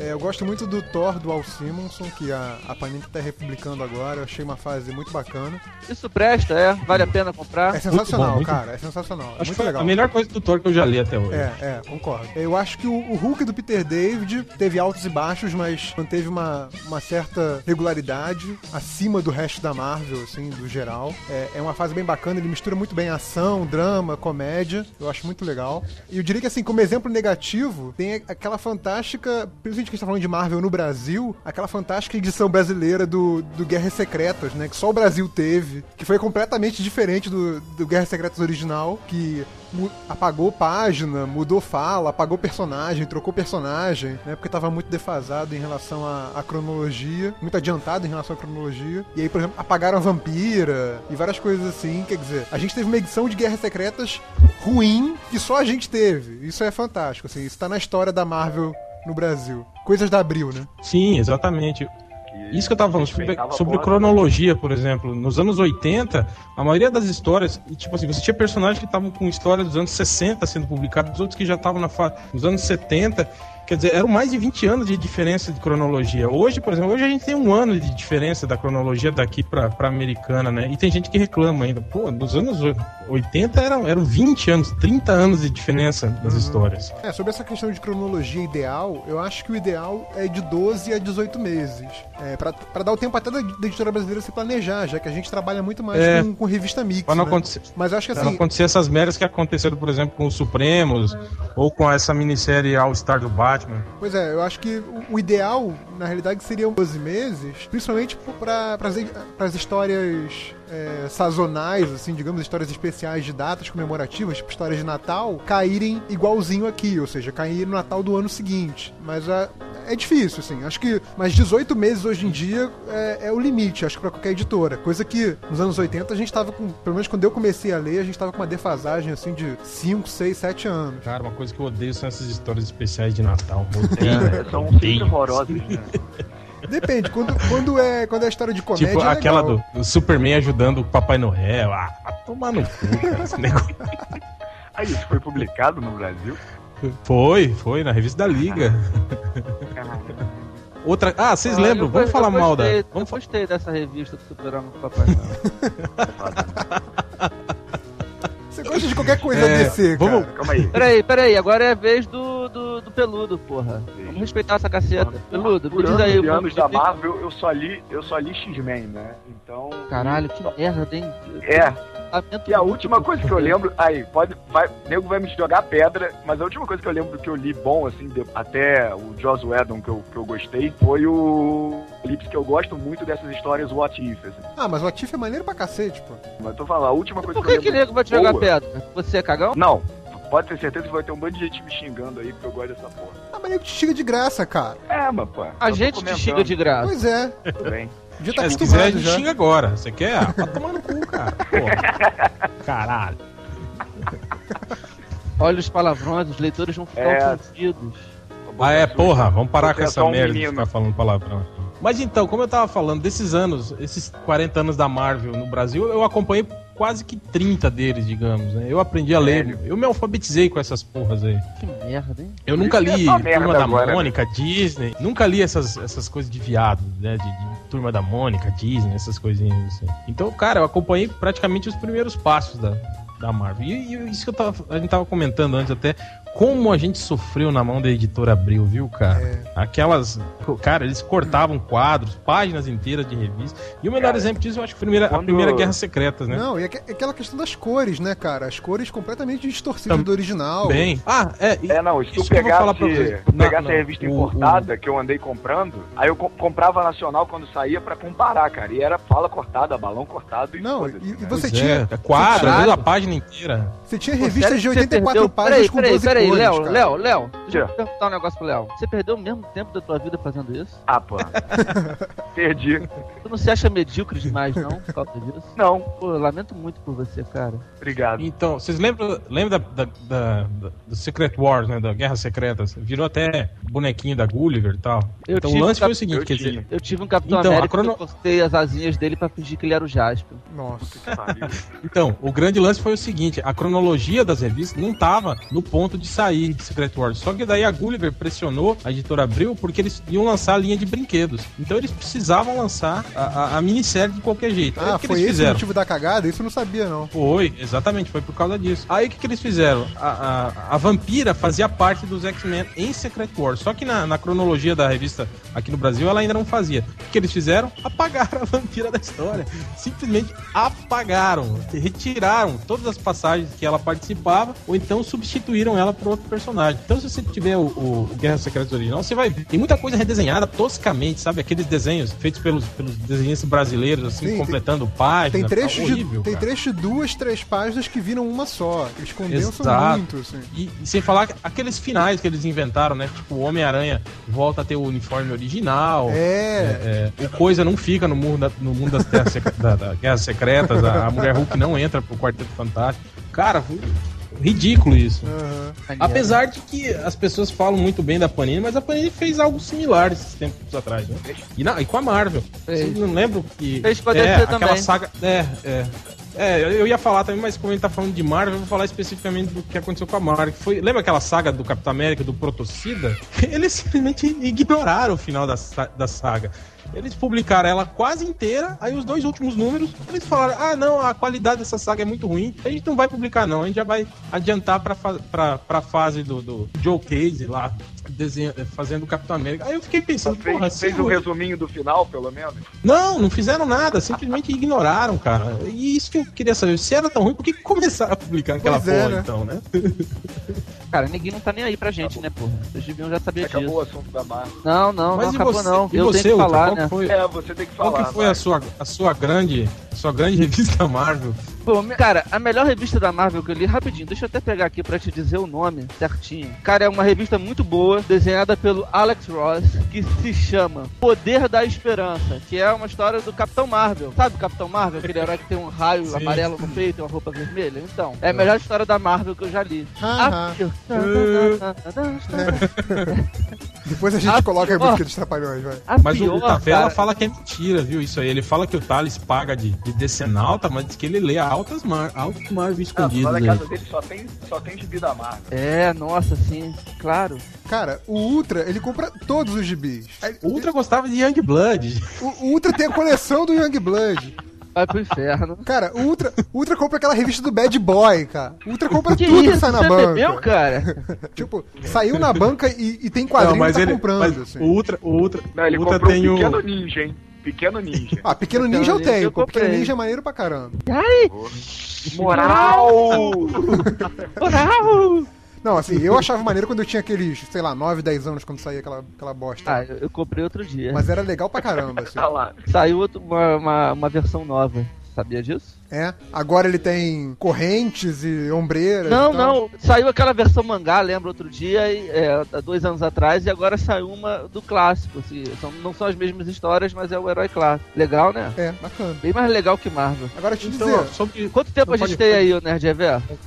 S2: é, eu gosto muito do Thor do Al Simonson, que a, a Panini tá republicando agora. Eu achei uma fase muito bacana.
S3: Isso presta, é? Vale a pena comprar?
S2: É sensacional,
S5: bom, muito-
S2: cara. É sensacional. É
S5: Acho que
S2: muito
S5: foi
S2: legal.
S5: a melhor coisa do Thor que eu já li até hoje.
S2: É, é, concordo. Eu acho que o, o Hulk do Peter David teve altos e baixos, mas manteve uma, uma certa regularidade acima do resto da Marvel, assim, do geral. É, é uma fase bem bacana, ele mistura muito bem ação, drama, comédia. Eu acho muito legal. E eu diria que, assim, como exemplo negativo, tem a- aquela fantástica, principalmente que a gente tá falando de Marvel no Brasil, aquela fantástica edição brasileira do, do Guerras Secretas, né? Que só o Brasil teve, que foi completamente diferente do, do Guerras Secretas original, que mu- apagou página, mudou fala, apagou personagem, trocou personagem, né? Porque tava muito defasado em relação à, à cronologia, muito adiantado em relação à cronologia. E aí, por exemplo, apagaram a vampira e várias coisas assim. Quer dizer, a gente teve uma edição de Guerras Secretas ruim que só a gente teve. Isso é fantástico, assim. Isso tá na história da Marvel no Brasil. Coisas da Abril, né?
S5: Sim, exatamente. Isso que eu tava falando, sobre,
S4: Respeitava a
S5: sobre
S4: porra.
S5: cronologia, por exemplo. Nos anos 80, a maioria das histórias, e, tipo assim, você tinha personagens que estavam com história dos anos 60 sendo publicadas, outros que já estavam na fase dos anos 70. Quer dizer, eram mais de 20 anos de diferença de cronologia. Hoje, por exemplo, hoje a gente tem um ano de diferença da cronologia daqui pra, pra americana, né? E tem gente que reclama ainda. Pô, nos anos 80 eram, eram 20 anos, 30 anos de diferença das histórias.
S2: É, sobre essa questão de cronologia ideal, eu acho que o ideal é de 12 a 18 meses. É, pra, pra dar o tempo até da, da editora brasileira se planejar, já que a gente trabalha muito mais
S5: É.
S2: com, com revista mix.
S5: Pra não
S2: né?
S5: acontecer.
S2: Mas eu acho que
S5: Pra não
S2: assim,
S5: acontecer essas merdas que aconteceram, por exemplo, com os Supremos ou com essa minissérie All Star do Batman.
S2: Pois é, eu acho que o- o ideal, na realidade, seriam 12 meses, principalmente para as histórias é, sazonais, assim, digamos, histórias especiais de datas comemorativas, tipo histórias de Natal, caírem igualzinho aqui, ou seja, cair no Natal do ano seguinte. Mas é, é difícil, assim. Acho que. Mas 18 meses hoje em dia é, é o limite, acho que pra qualquer editora. Coisa que nos anos 80 a gente tava com. Pelo menos quando eu comecei a ler, a gente tava com uma defasagem, assim, de 5, 6, 7 anos.
S5: Cara, uma coisa que eu odeio são essas histórias especiais de Natal.
S6: é,
S5: Odeio, velho,
S6: São sempre
S5: odeio.
S6: horrorosos, um né?
S2: Depende, quando, quando, é, quando é história de comédia.
S5: Tipo
S2: é
S5: aquela
S2: legal.
S5: do, do Superman ajudando o Papai Noel. Ah, vai tomar no cu, cara, esse negócio.
S6: Ah, isso foi publicado no Brasil?
S5: Foi, foi, na revista da Liga.
S6: Caralho.
S5: Outra. Ah, vocês
S3: Ah,
S5: lembram?
S3: eu
S5: Vamos
S3: go-
S5: falar
S3: eu
S5: mal da.
S3: gostei- Eu
S5: Vamos fa-
S3: gostei dessa revista do Superama com o Papai
S5: [LAUGHS]
S3: Noel.
S2: Você gosta de qualquer coisa
S5: É,
S2: DC,
S5: vamos-
S2: cara.
S6: Calma aí.
S3: Peraí, peraí, agora é a vez do, do, do Peludo, porra. Vamos respeitar essa caceta. Peludo, me
S6: Por
S3: diz
S6: anos
S3: aí.
S6: e
S3: o-
S6: anos da Marvel, eu só li, eu só li X-Men, né? Então.
S3: Caralho, que merda, hein?
S6: É,
S3: Lamento
S6: e a
S3: muito,
S6: última coisa que eu
S3: porra.
S6: lembro, aí, pode, vai, nego vai me jogar pedra, mas a última coisa que eu lembro que eu li bom, assim, de- até o Joss Whedon que eu, que eu gostei, foi o Lips, que eu gosto muito dessas histórias What If, assim.
S2: Ah, mas o Atif é maneiro pra cacete, pô.
S6: Mas tô falando, a última coisa
S3: Por que que
S6: eu lembro...
S3: nego vai te jogar
S6: boa?
S3: pedra? Você é cagão?
S6: Não, pode ter certeza que vai ter um monte de gente me xingando aí, porque eu gosto dessa porra.
S2: Ah, mas nego te xinga de graça, cara.
S6: É, mas, pô.
S3: A gente te xinga de graça.
S2: Pois é,
S6: Tudo bem.
S2: devia estar
S5: Ah. É, se quiser, a
S2: acostumado
S5: gente
S2: tá já.
S5: xinga agora. Você quer? Ah, vai tomar no cu, cara. Pô. Caralho.
S3: Olha os palavrões, os leitores vão ficar
S6: É.
S3: ofendidos.
S5: Ah, é, porra, vamos parar com essa
S6: Proteção
S5: merda de
S6: menino.
S5: ficar falando palavrão. Mas então, como eu tava falando, desses anos, esses 40 anos da Marvel no Brasil, eu acompanhei quase que 30 deles, digamos, né? Eu aprendi a ler, eu me alfabetizei com essas porras aí.
S3: Que merda, hein?
S5: Eu nunca
S6: Isso é
S5: li
S6: só merda
S5: Turma da
S6: agora, né?
S5: Mônica, Disney, nunca li essas, essas coisas de viado, né? De, de Turma da Mônica, Disney, essas coisinhas assim. Então, cara, eu acompanhei praticamente os primeiros passos da, da Marvel. E, e isso que eu tava, a gente tava comentando antes até, como a gente sofreu na mão da editora Abril, viu, cara?
S2: É.
S5: Aquelas. Cara, eles cortavam quadros, páginas inteiras de revista. E o melhor exemplo disso, eu acho que foi a primeira, a
S6: quando-
S5: primeira Guerra Secreta, né?
S2: Não, e aque- aquela questão das cores, né, cara? As cores completamente distorcidas
S5: Tam-
S2: do original.
S5: Bem. Ah, é. e-
S6: É, não, se tu
S5: Isso que eu vou falar
S6: pegasse,
S5: pra vocês.
S6: tu
S5: Não,
S6: pegasse
S5: não,
S6: a revista
S5: o-
S6: importada que eu andei comprando, aí eu co- comprava a nacional quando saía pra comparar, cara. E era fala cortada, balão cortado e
S2: Não,
S6: foda-se,
S2: e, e
S6: né?
S2: você
S5: pois é,
S2: tinha.
S5: quadro,
S2: você
S5: às
S2: tinha-
S5: vezes a página inteira.
S2: Você tinha
S3: Pô,
S2: revistas
S3: sério
S2: de
S3: que você
S2: 84
S3: perdeu-
S2: páginas com 12
S3: peraí,
S2: cores,
S3: Léo,
S2: cara.
S3: Léo, Léo. Deixa eu
S6: Quê?
S3: perguntar um negócio pro Léo. Você perdeu o mesmo tempo da tua vida fazendo isso?
S2: [LAUGHS]
S6: Ah, pô. Perdi.
S3: Tu não se acha medíocre demais, não? Por causa disso?
S6: Não,
S3: Pô, eu lamento muito por você, cara.
S6: obrigado.
S5: Então, vocês lembram, lembram da, da- da- da- do Secret Wars, né? Da Guerra Secreta? Virou até bonequinho da Gulliver e tal.
S3: Eu
S5: então o
S3: tive
S5: lance
S3: cap-
S5: foi o seguinte,
S6: eu
S5: quer
S6: tive.
S5: dizer...
S3: Eu tive um Capitão
S5: Então, a
S3: América
S5: crono-
S3: que eu cortei as asinhas dele pra fingir que ele era o Jasper.
S2: Nossa.
S6: Que pariu.
S5: Então, o grande lance foi o seguinte, a cronologia das revistas não tava no ponto de sair de Secret Wars. Só que daí a Gulliver pressionou a editora Abril porque eles iam lançar a linha de brinquedos. Então eles precisavam lançar a, a- a minissérie de qualquer jeito. Aí
S2: Ah,
S5: o que
S2: foi
S5: eles
S2: esse o
S5: fizeram?
S2: motivo da cagada? Isso eu não sabia, não.
S5: Foi, exatamente, foi por causa disso. Aí o que, que eles fizeram? A, a, a vampira fazia parte dos X-Men em Secret Wars. Só que na, na cronologia da revista aqui no Brasil ela ainda não fazia. O que eles fizeram? [LAUGHS] Apagaram a vampira da história. Simplesmente apagaram. Retiraram todas as passagens que ela participava, ou então substituíram ela por outro personagem. Então, se você tiver o, o Guerra Secreta original, você vai ver. Tem muita coisa redesenhada toscamente, sabe? Aqueles desenhos feitos pelos, pelos desenhistas brasileiros, assim,
S2: Sim, tem-
S5: completando páginas.
S2: Tem
S5: tá
S2: trecho,
S5: horrível,
S2: de, tem
S5: cara.
S2: trecho de duas, três páginas que viram uma só. Eles condensam
S5: Exato.
S2: muito, assim.
S5: E, e sem falar aqueles finais que eles inventaram, né? Tipo, o Homem-Aranha volta a ter o uniforme original.
S2: É.
S5: É, o Coisa não fica no mundo, da- no mundo das terras sec- da, da Guerras Secretas. A, a Mulher Hulk não entra pro Quarteto Fantástico. Cara, foi ridículo isso.
S2: Aham.
S5: Apesar de que as pessoas falam muito bem da Panini, mas a Panini fez algo similar esses tempos atrás, né? E, na- e com a Marvel.
S3: Fez.
S5: Vocês não lembram que.
S3: Fez com a
S5: é,
S3: DC
S5: aquela
S3: também.
S5: saga. É, é. É, eu ia falar também, mas como ele tá falando de Marvel, eu vou falar especificamente do que aconteceu com a Marvel. que Foi, lembra aquela saga do Capitão América, do Protocida? [LAUGHS] Eles simplesmente ignoraram o final da, sa- da saga. Eles publicaram ela quase inteira, aí os dois últimos números, eles falaram, ah não, a qualidade dessa saga é muito ruim, a gente não vai publicar não, a gente já vai adiantar pra, fa pra, pra fase do, do Joe Casey lá, desenha- fazendo o Capitão América. Aí eu fiquei pensando,
S6: Fez,
S5: porra,
S6: fez
S5: se é
S6: um
S5: o-
S6: resuminho do final, pelo menos.
S5: não, não fizeram nada, simplesmente ignoraram, cara. E isso que eu queria saber, se era tão ruim, por que começaram a publicar aquela
S2: Pois é,
S5: porra
S2: né?
S5: então, né?
S3: Cara, ninguém não tá nem aí pra gente, né, porra? Vocês deviam já saber
S6: Acabou
S3: disso.
S6: o assunto da Marvel.
S3: Não, não, não
S5: Mas e
S3: acabou
S5: você,
S3: não.
S5: e
S3: Eu
S5: você
S3: tenho que
S5: Ultra,
S3: falar,
S5: qual
S3: né?
S5: que foi,
S6: É, você tem que
S5: qual
S6: falar.
S5: que foi a sua, a sua grande, a sua grande [LAUGHS] revista Marvel?
S3: Pô, me- cara, a melhor revista da Marvel que eu li, rapidinho, deixa eu até pegar aqui pra te dizer o nome certinho. Cara, é uma revista muito boa, desenhada pelo Alex Ross, que se chama Poder da Esperança, que é uma história do Capitão Marvel. Sabe o Capitão Marvel, aquele herói que tem um raio
S5: Sim.
S3: amarelo no peito e uma roupa vermelha? Então, é a melhor história da Marvel que eu já li.
S2: Ah, ah.
S3: A
S2: Depois a gente
S3: Ah,
S2: coloca a
S3: ó.
S2: música dos trapalhões, vai.
S3: a
S5: Mas o
S3: pior,
S5: Tavela
S3: cara,
S5: fala que é mentira, viu? Isso aí. Ele fala que o Thales paga de, de decenalta, mas diz que ele lê altas mar, altos Marvel
S6: Ah,
S5: escondidos.
S6: lá
S5: aí.
S6: na casa dele só tem, só tem gibi da Marvel.
S3: É, nossa, sim, claro.
S2: Cara, o Ultra, ele compra todos os gibis. Aí,
S5: É, O Ultra gostava de Young Blood.
S2: O, o Ultra tem a coleção do Youngblood.
S3: Vai pro inferno.
S2: Cara, o Ultra, o Ultra compra aquela revista do Bad Boy, cara. O Ultra compra
S3: Que
S2: tudo que
S3: isso,
S2: sai na
S3: você
S2: banca.
S3: bebeu, cara?
S2: Tipo, saiu na banca e, e tem quadrinho que tá comprando,
S5: mas
S2: assim.
S5: o Ultra, o Ultra,
S6: Não, ele
S5: o Ultra
S6: comprou um
S5: tem o.
S6: pequeno ninja, hein? Pequeno ninja.
S2: Ah, Pequeno
S3: Pequeno
S2: Ninja eu
S3: Ninja
S2: tenho,
S3: Então, eu
S2: pô. Pequeno
S3: comprei.
S2: Ninja é maneiro pra caramba.
S3: Bravo!
S2: Não, assim, eu achava maneiro quando eu tinha aqueles, sei lá, 9, 10 anos quando saía aquela, aquela bosta.
S3: Ah, eu eu comprei outro dia.
S2: Mas era legal pra caramba, assim.
S6: [LAUGHS] Tá lá.
S3: Saiu outro- uma, uma, uma versão nova. Sabia disso?
S2: É. Agora ele tem correntes e ombreiras.
S3: Não,
S2: e tal.
S3: não. Saiu aquela versão mangá, lembra, outro dia, e, é, há dois anos atrás, e agora saiu uma do clássico. Assim, são, não são as mesmas histórias, mas é o herói clássico. Legal, né?
S2: É, bacana.
S3: Bem mais legal que Marvel.
S2: Agora te
S5: Então, ó,
S2: dizer,
S5: sobre-
S3: Quanto tempo
S5: Então
S3: a gente
S5: pode-
S3: tem aí, o Nerd EV?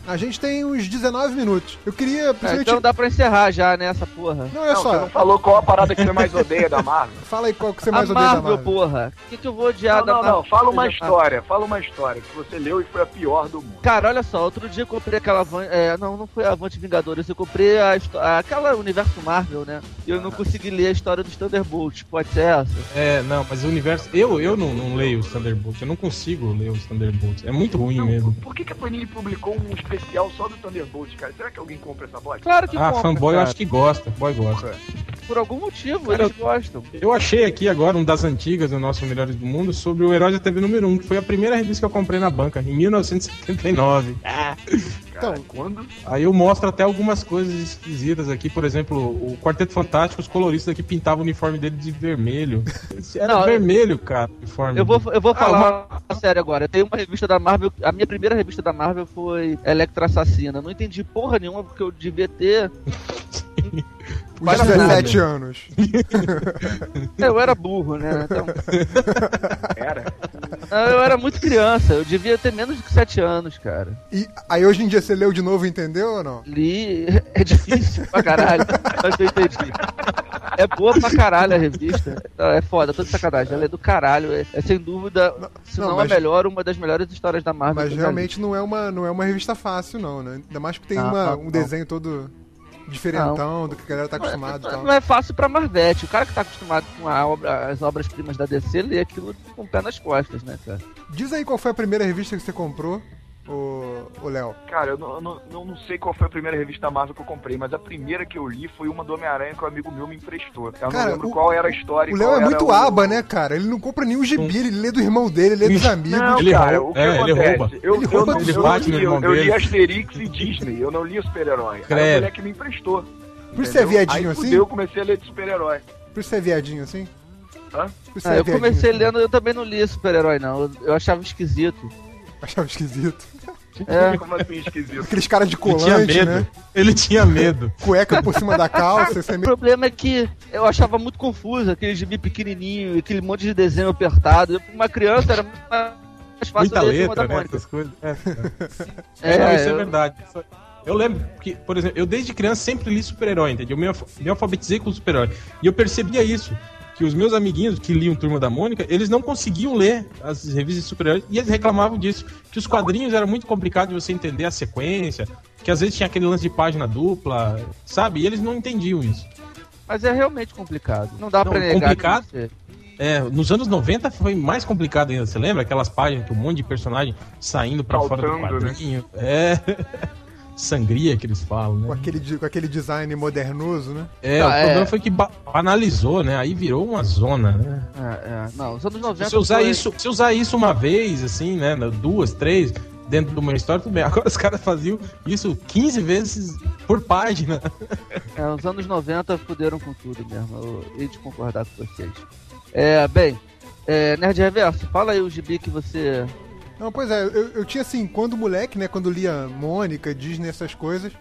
S2: a gente tem uns 19 minutos. Eu queria,
S3: É,
S2: principalmente.
S3: então dá pra encerrar já, né, essa porra.
S2: Não, olha
S6: Não,
S2: só.
S6: você não falou qual a parada que você mais odeia
S2: [LAUGHS]
S6: da Marvel?
S2: Fala aí qual que você
S3: A
S2: mais odeia da
S3: Marvel,
S2: Marvel.
S3: porra. O que, que eu vou odiar
S6: Não,
S3: da
S6: não,
S3: Marvel?
S6: não. Fala uma
S3: Ah,
S6: história. Fala uma história que você leu e foi a pior do mundo.
S3: Cara, olha só, outro dia eu comprei aquela. van- É, não, não foi a Avante Vingadores, eu comprei a, histó- aquela Universo Marvel, né? E eu não consegui ler a história dos Thunderbolts, pode ser essa?
S5: É, não, mas o universo. Eu, eu não, não leio os Thunderbolts, eu não consigo ler os Thunderbolts. É muito ruim
S6: Não,
S5: mesmo.
S6: Por que, que a Panini publicou um especial só do Thunderbolt, cara? Será que alguém compra essa bosta?
S3: Claro que
S5: Ah,
S3: compra,
S5: fanboy eu
S3: cara.
S5: acho que gosta, boy gosta.
S3: Por algum motivo
S5: Cara,
S3: eles gostam.
S5: Eu achei aqui agora um das antigas do nosso Melhores do Mundo sobre o Herói da TV número 1, que foi a primeira revista que eu comprei na banca,
S3: [LAUGHS]
S5: em 1979.
S3: Ah, então,
S6: Cara, quando?
S5: Aí eu mostro até algumas coisas esquisitas aqui, por exemplo, o Quarteto Fantástico, os coloristas aqui pintavam o uniforme dele
S3: [LAUGHS]
S5: de vermelho. Era
S3: Não, eu-
S5: vermelho, cara, o uniforme.
S3: Eu vou, eu vou
S5: Ah,
S3: falar sério agora. Tem uma revista da Marvel. A minha primeira revista da Marvel foi Electra Assassina. Não entendi porra nenhuma porque eu devia ter.
S2: Os 17 anos.
S3: Eu era burro, né?
S5: [LAUGHS]
S3: Então,
S6: Era.
S3: eu era muito criança. Eu devia ter menos de 7 anos, cara.
S2: E aí hoje em dia você leu de novo, entendeu ou não?
S3: li, [LAUGHS] é difícil pra caralho, mas eu entendi. É boa pra caralho a revista. Não, É foda, tô de sacanagem. Ela é do caralho. É, é sem dúvida, se
S2: não,
S3: não,
S2: mas-
S3: a melhor, uma das melhores histórias da Marvel.
S2: Mas
S3: que eu já li.
S2: realmente não é uma, não é uma revista fácil, não, né? Ainda mais que tem
S3: Ah,
S2: uma,
S3: ah,
S2: um
S3: não.
S2: desenho todo diferentão do que a galera tá acostumada e
S3: Não,
S2: tal.
S3: é fácil pra Marvete. O cara que tá acostumado com a obra- as obras-primas da DC lê aquilo com o pé nas costas, né, cara?
S2: Diz aí qual foi a primeira revista que você comprou, ô ô Léo.
S6: Cara, eu não, eu não, eu não sei qual foi a primeira revista Marvel que eu comprei, mas a primeira que eu li foi uma do Homem-Aranha que um amigo meu me emprestou. Eu
S2: Cara,
S6: não lembro
S2: o-
S6: qual era a história.
S2: O
S6: e
S2: Léo
S6: qual
S2: é
S6: era
S2: muito
S6: o-
S2: aba, né, cara? Ele não compra nenhum gibi, ele lê do irmão dele, lê dos amigos.
S6: Não,
S5: Ele
S6: cara,
S5: rouba.
S6: o que
S5: É, ele
S6: acontece?
S5: rouba.
S6: Eu,
S2: Ele
S6: eu
S2: rouba
S6: não-
S2: do
S6: eu não
S5: Batman,
S6: li, eu,
S5: irmão
S6: eu li
S5: dele.
S6: Asterix e Disney, eu não li super-herói. Aí
S5: Credo.
S6: o moleque me emprestou.
S2: Por isso você é
S6: Aí
S2: viadinho assim?
S6: fudeu, eu comecei a ler de super-herói.
S2: Por isso você é viadinho assim?
S6: Hã?
S2: Por isso você
S3: Ah,
S2: é
S3: eu
S2: viadinho
S3: comecei
S2: assim?
S3: lendo, eu também não li super-herói, não. Eu, eu achava esquisito.
S2: Achava esquisito.
S3: É.
S6: Como assim, esquisito?
S2: Aqueles caras de
S5: Ele tinha
S2: colante,
S5: medo.
S2: né?
S5: Ele tinha medo.
S2: Cueca por cima da calça, isso é
S3: O
S2: meio...
S3: problema é que eu achava muito confuso aquele gibi pequenininho, aquele monte de desenho apertado. Eu, pra uma criança era muito mais fácil
S5: Muita
S3: ler que
S5: letra, né?
S3: Mônica.
S5: Essas coisas. É,
S3: É,
S5: Não, isso é
S3: eu-
S5: verdade. Isso- Eu lembro que, por exemplo, eu desde criança sempre li super-herói, entendeu? Eu me, alf- me alfabetizei com super-herói. E eu percebia isso. que que os meus amiguinhos que liam Turma da Mônica, eles não conseguiam ler as revistas superiores e eles reclamavam disso, que os quadrinhos era muito complicado de você entender a sequência, que às vezes tinha aquele lance de página dupla, sabe? E eles não entendiam isso.
S3: Mas é realmente complicado. Não dá
S5: Não,
S3: pra negar. que
S5: complicado?
S3: você-
S5: É, nos anos 90 foi mais complicado ainda, você lembra? Aquelas páginas que um monte de personagem saindo pra fora do
S6: Saltando, né?
S5: quadrinho. É. [LAUGHS] Sangria que eles falam,
S2: Com
S5: né?
S2: aquele, de- com aquele design modernoso, né?
S5: É,
S3: Tá,
S5: o problema
S3: é.
S5: foi que ba- banalizou, né? Aí virou uma zona, né?
S3: É, é. Não, os anos 90.
S5: Se usar
S3: foi-
S5: isso, se usar isso uma vez, assim, né? Duas, três, dentro de uma história, tudo bem. [LAUGHS] Agora os caras faziam isso 15 vezes por página.
S3: É, os anos 90 fuderam com tudo mesmo. Eu hei de concordar com vocês. É, bem, é, Nerd Reverso, fala aí o gibi que você. [LAUGHS]
S2: Não, pois é, eu, eu tinha assim, quando moleque, né, quando lia Mônica, Disney, essas coisas,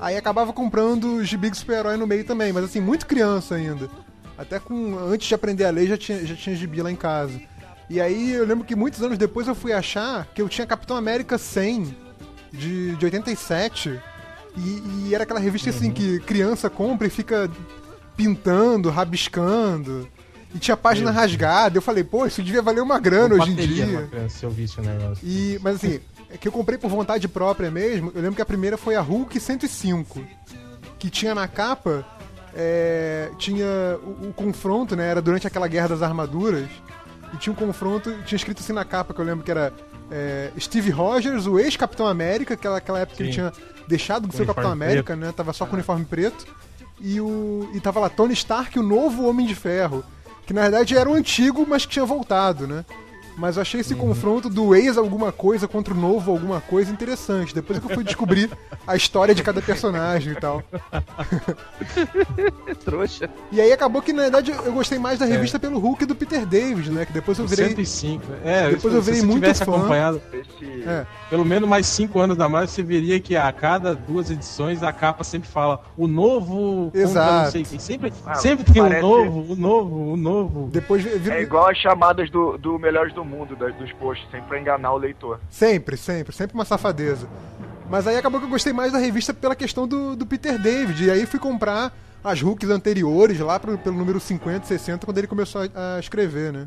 S2: aí acabava comprando gibi de super-herói no meio também, mas assim, muito criança ainda. Até com, antes de aprender a ler, já tinha, já tinha gibi lá em casa. E aí eu lembro que muitos anos depois eu fui achar que eu tinha Capitão América 100, de, de 87, e, e era aquela revista assim que criança compra e fica pintando, rabiscando, e tinha página rasgada. Eu falei, pô, isso devia valer uma grana hoje em
S5: Bateria
S2: dia.
S5: na criança, se eu visse o negócio.
S2: E, mas assim, é que eu comprei por vontade própria mesmo. Eu lembro que a primeira foi a Hulk 105, que tinha na capa. é, tinha o, o confronto, né? Era durante aquela guerra das armaduras. E tinha um confronto, tinha escrito assim na capa que eu lembro que era é, Steve Rogers, o ex-Capitão América, aquela, aquela época que ele
S5: Sim.
S2: tinha deixado de ser o
S5: uniforme
S2: Capitão América, né? Tava só com o uniforme preto. E, o, e tava lá Tony Stark, o novo Homem de Ferro. Que na verdade era o antigo, mas que tinha voltado, né? Mas eu achei esse confronto do ex alguma coisa contra o novo alguma coisa interessante. Depois é que eu fui descobrir a história de cada personagem e tal.
S3: é Trouxa.
S2: E aí acabou que, na verdade, eu gostei mais da revista pelo Hulk e do Peter David, né? Que depois eu virei.
S5: 105. É,
S2: Depois
S5: se
S2: eu virei
S5: você
S2: muito
S5: tivesse
S2: fã.
S5: acompanhado
S6: Esse...
S2: É.
S5: pelo menos mais 5 anos da mais, você veria que a cada duas edições a capa sempre fala o novo. contra
S2: Exato.
S5: Não sei quem. Sempre,
S6: Ah,
S5: sempre tem o
S6: parece-
S5: novo, o novo, o novo.
S2: Depois virou.
S6: É igual as chamadas do, do Melhores do Mundo, das, dos posts, sempre pra enganar o leitor.
S2: Sempre, sempre, sempre uma safadeza. Mas aí acabou que eu gostei mais da revista pela questão do, do Peter David. E aí fui comprar as Hulks anteriores lá pro- pelo número 50, 60, quando ele começou a, a escrever, né?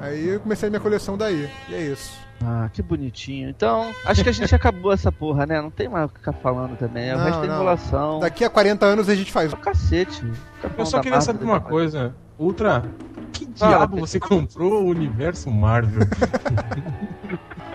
S2: Aí eu comecei a minha coleção daí. E é isso.
S3: Ah, que bonitinho. Então, acho que a gente [LAUGHS] acabou essa porra, né? Não tem mais o que ficar falando também. O
S2: Não,
S3: resto é
S2: não.
S3: enrolação.
S2: Daqui a 40 anos a gente faz.
S3: Só cacete. Fica
S5: Eu
S3: falando
S5: só
S3: da
S5: queria
S3: Marvel,
S5: saber
S3: da
S5: uma
S3: Marvel.
S5: coisa. Ultra, que
S3: Fala,
S5: diabo você [LAUGHS] comprou o universo Marvel?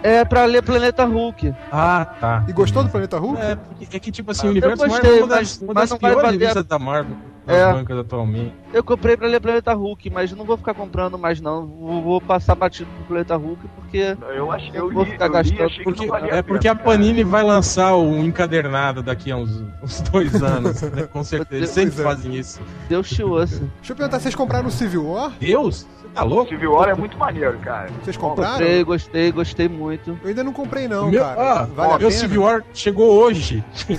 S3: É pra ler Planeta Hulk.
S5: ah, tá.
S2: E gostou do Planeta Hulk?
S5: É, porque- é que tipo assim, o universo
S3: gostei,
S5: Marvel é uma
S3: mas-
S5: das, uma
S3: mas
S5: das
S3: não vai
S5: piores
S3: valer a-
S5: revistas da Marvel das
S3: É.
S5: bancas atualmente.
S3: Eu comprei pra ler Planeta Hulk, mas não vou ficar comprando mais não. Vou, vou passar batido pro Planeta Hulk porque.
S6: Eu acho eu
S3: Não vou
S6: li,
S3: ficar
S6: eu li
S3: gastando,
S6: achei
S5: tá Porque,
S6: que não valia
S5: é
S6: a
S5: porque a
S6: pena, cara.
S5: Panini vai lançar o encadernado daqui a uns, uns dois anos, né? Com certeza. Eles sempre
S2: Pois é.
S5: fazem isso.
S3: Deus te
S5: [LAUGHS]
S3: ouça.
S2: Deixa eu perguntar, vocês compraram o Civil War?
S5: Deus? Você tá louco?
S6: Civil War é muito maneiro, cara.
S2: Vocês compraram?
S3: Comprei, gostei, gostei muito.
S2: Eu ainda não comprei, não,
S5: meu
S2: cara.
S5: ah,
S2: vale a
S5: meu
S2: pena?
S5: Civil War chegou hoje. [LAUGHS] pelo,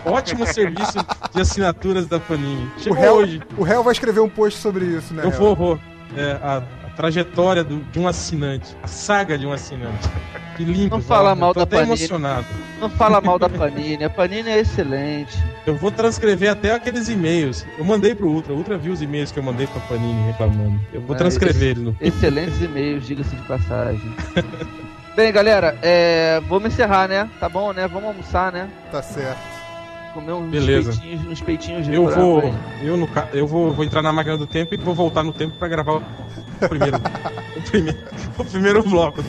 S5: pelo ótimo serviço de assinaturas da Panini.
S2: o
S5: Chegou
S2: réu,
S5: hoje.
S2: o réu vai escrever um post sobre isso, né?
S5: Eu
S2: réu?
S5: vou, vou. É, a, a trajetória do- de um assinante. A saga de um assinante. Que lindo.
S3: Não fala
S5: Walter.
S3: mal
S5: Tô
S3: da
S5: até
S3: Panini.
S5: emocionado.
S3: Não fala mal da Panini. A Panini é excelente.
S5: Eu vou transcrever até aqueles e-mails. Eu mandei pro Ultra. O Ultra viu os e-mails que eu mandei pra Panini reclamando. Eu vou
S2: É
S3: Ah,
S5: transcrever ele no
S3: Excelentes e-mails, diga-se de
S5: [LAUGHS]
S3: passagem. Bem, galera, é... vamos encerrar, né? Tá bom, né? Vamos almoçar, né?
S2: Tá certo. [LAUGHS]
S3: Comer uns
S5: Beleza.
S3: peitinhos, uns peitinhos de
S5: Eu
S3: frango
S5: vou,
S3: aí.
S5: eu, no, ca- eu vou, vou entrar na máquina do tempo e vou voltar no tempo pra gravar o primeiro, o primeiro, o primeiro bloco.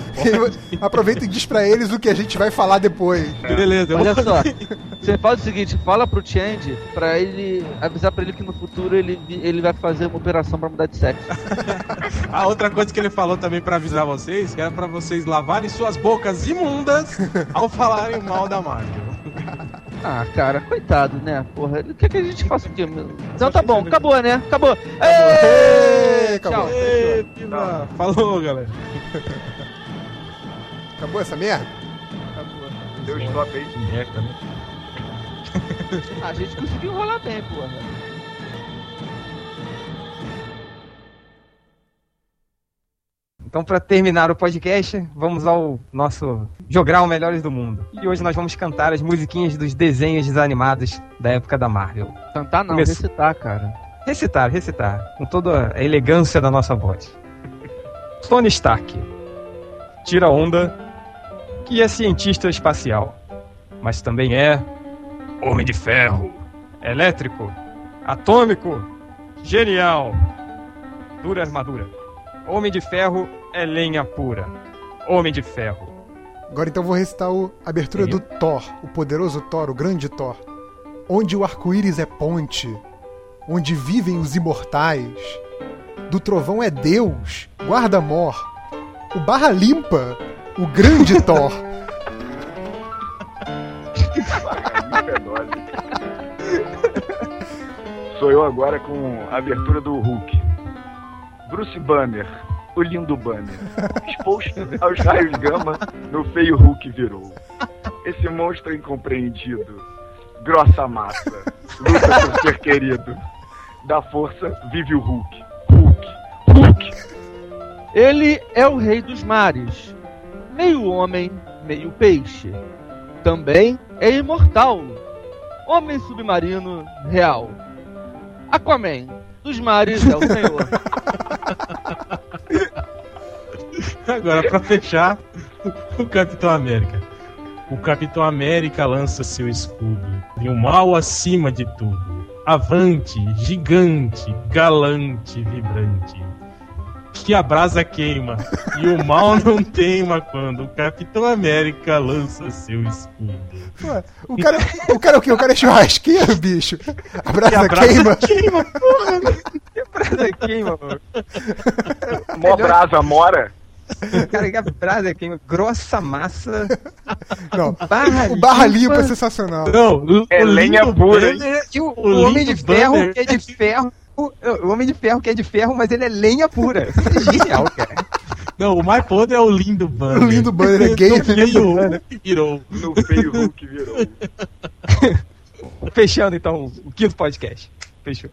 S2: Aproveita e diz pra eles o que a gente vai falar depois.
S1: É.
S5: Beleza, eu
S3: Olha
S5: vou-
S3: só, você faz o seguinte, fala pro Change pra ele avisar pra ele que no futuro ele, vi- ele vai fazer uma operação pra mudar de sexo.
S5: Ah, outra coisa que ele falou também pra avisar vocês, que era pra vocês lavarem suas bocas imundas ao falarem mal da Marvel.
S3: Ah, cara, coitado, né? Porra, ele quer que a gente faça o quê? meu? Então tá bom, acabou, né? Acabou. Ê,
S2: Acabou.
S3: Tchau.
S5: Ê, pila. Falou, galera.
S2: Acabou essa merda?
S6: Deu stop aí.
S5: Que merda, né?
S3: A gente conseguiu enrolar bem, porra.
S1: Então, para terminar o podcast, vamos ao nosso Jogral Melhores do Mundo. E hoje nós vamos cantar as musiquinhas dos desenhos desanimados da época da Marvel.
S3: Cantar Então tá não,
S1: Começou.
S3: recitar, cara.
S1: Recitar, recitar, com toda a elegância da nossa voz. Tony Stark tira onda que é cientista espacial, mas também é homem de ferro, elétrico, atômico, genial, dura armadura. Homem de ferro [LAUGHS] é lenha pura. Homem de ferro.
S2: Agora então vou recitar o- a abertura do Thor, o poderoso Thor, o grande Thor. Onde o arco-íris é ponte, onde vivem os imortais, do trovão é Deus, guarda-mor, o barra limpa, o grande Thor.
S6: Sou eu agora com a abertura do Hulk. Bruce Banner, o lindo Banner, exposto [LAUGHS] aos raios gama, no feio Hulk virou. Esse monstro incompreendido, grossa massa, luta por ser querido. Da força vive o Hulk. Hulk, Hulk.
S3: Ele é o rei dos mares, meio homem, meio peixe. Também é imortal, homem submarino real. Aquaman, dos mares é o senhor.
S5: Agora, pra fechar, o Capitão América. O Capitão América lança seu escudo e o mal acima de tudo. Avante, gigante, galante, vibrante. Que a brasa queima e o mal não teima quando o Capitão América lança seu escudo.
S2: Ué, o, cara, o cara é o quê? O cara é churrasqueiro, bicho. A
S5: Que
S2: brasa,
S5: a brasa
S2: queima.
S5: queima.
S1: Brasa queima, mano.
S6: Mó brasa, mora.
S1: Cara, que a brasa queima. Grossa massa.
S2: Não.
S1: Barra
S2: O [LAUGHS] barra limpa é sensacional.
S5: Não, o-
S6: É
S5: o
S6: lenha
S5: lindo
S6: pura, hein?
S5: banner-
S1: E o,
S5: O
S1: o Homem de
S5: lindo
S1: Ferro,
S5: banner.
S1: que é de ferro. O Homem de Ferro que é de ferro, mas ele é lenha pura. Isso é genial, cara.
S5: Não, o mais podre é o lindo banner. Então
S2: O lindo banner é gay.
S5: Feio, virou.
S6: No feio Hulk virou.
S1: Fechando, então, o quinto podcast. Fechou.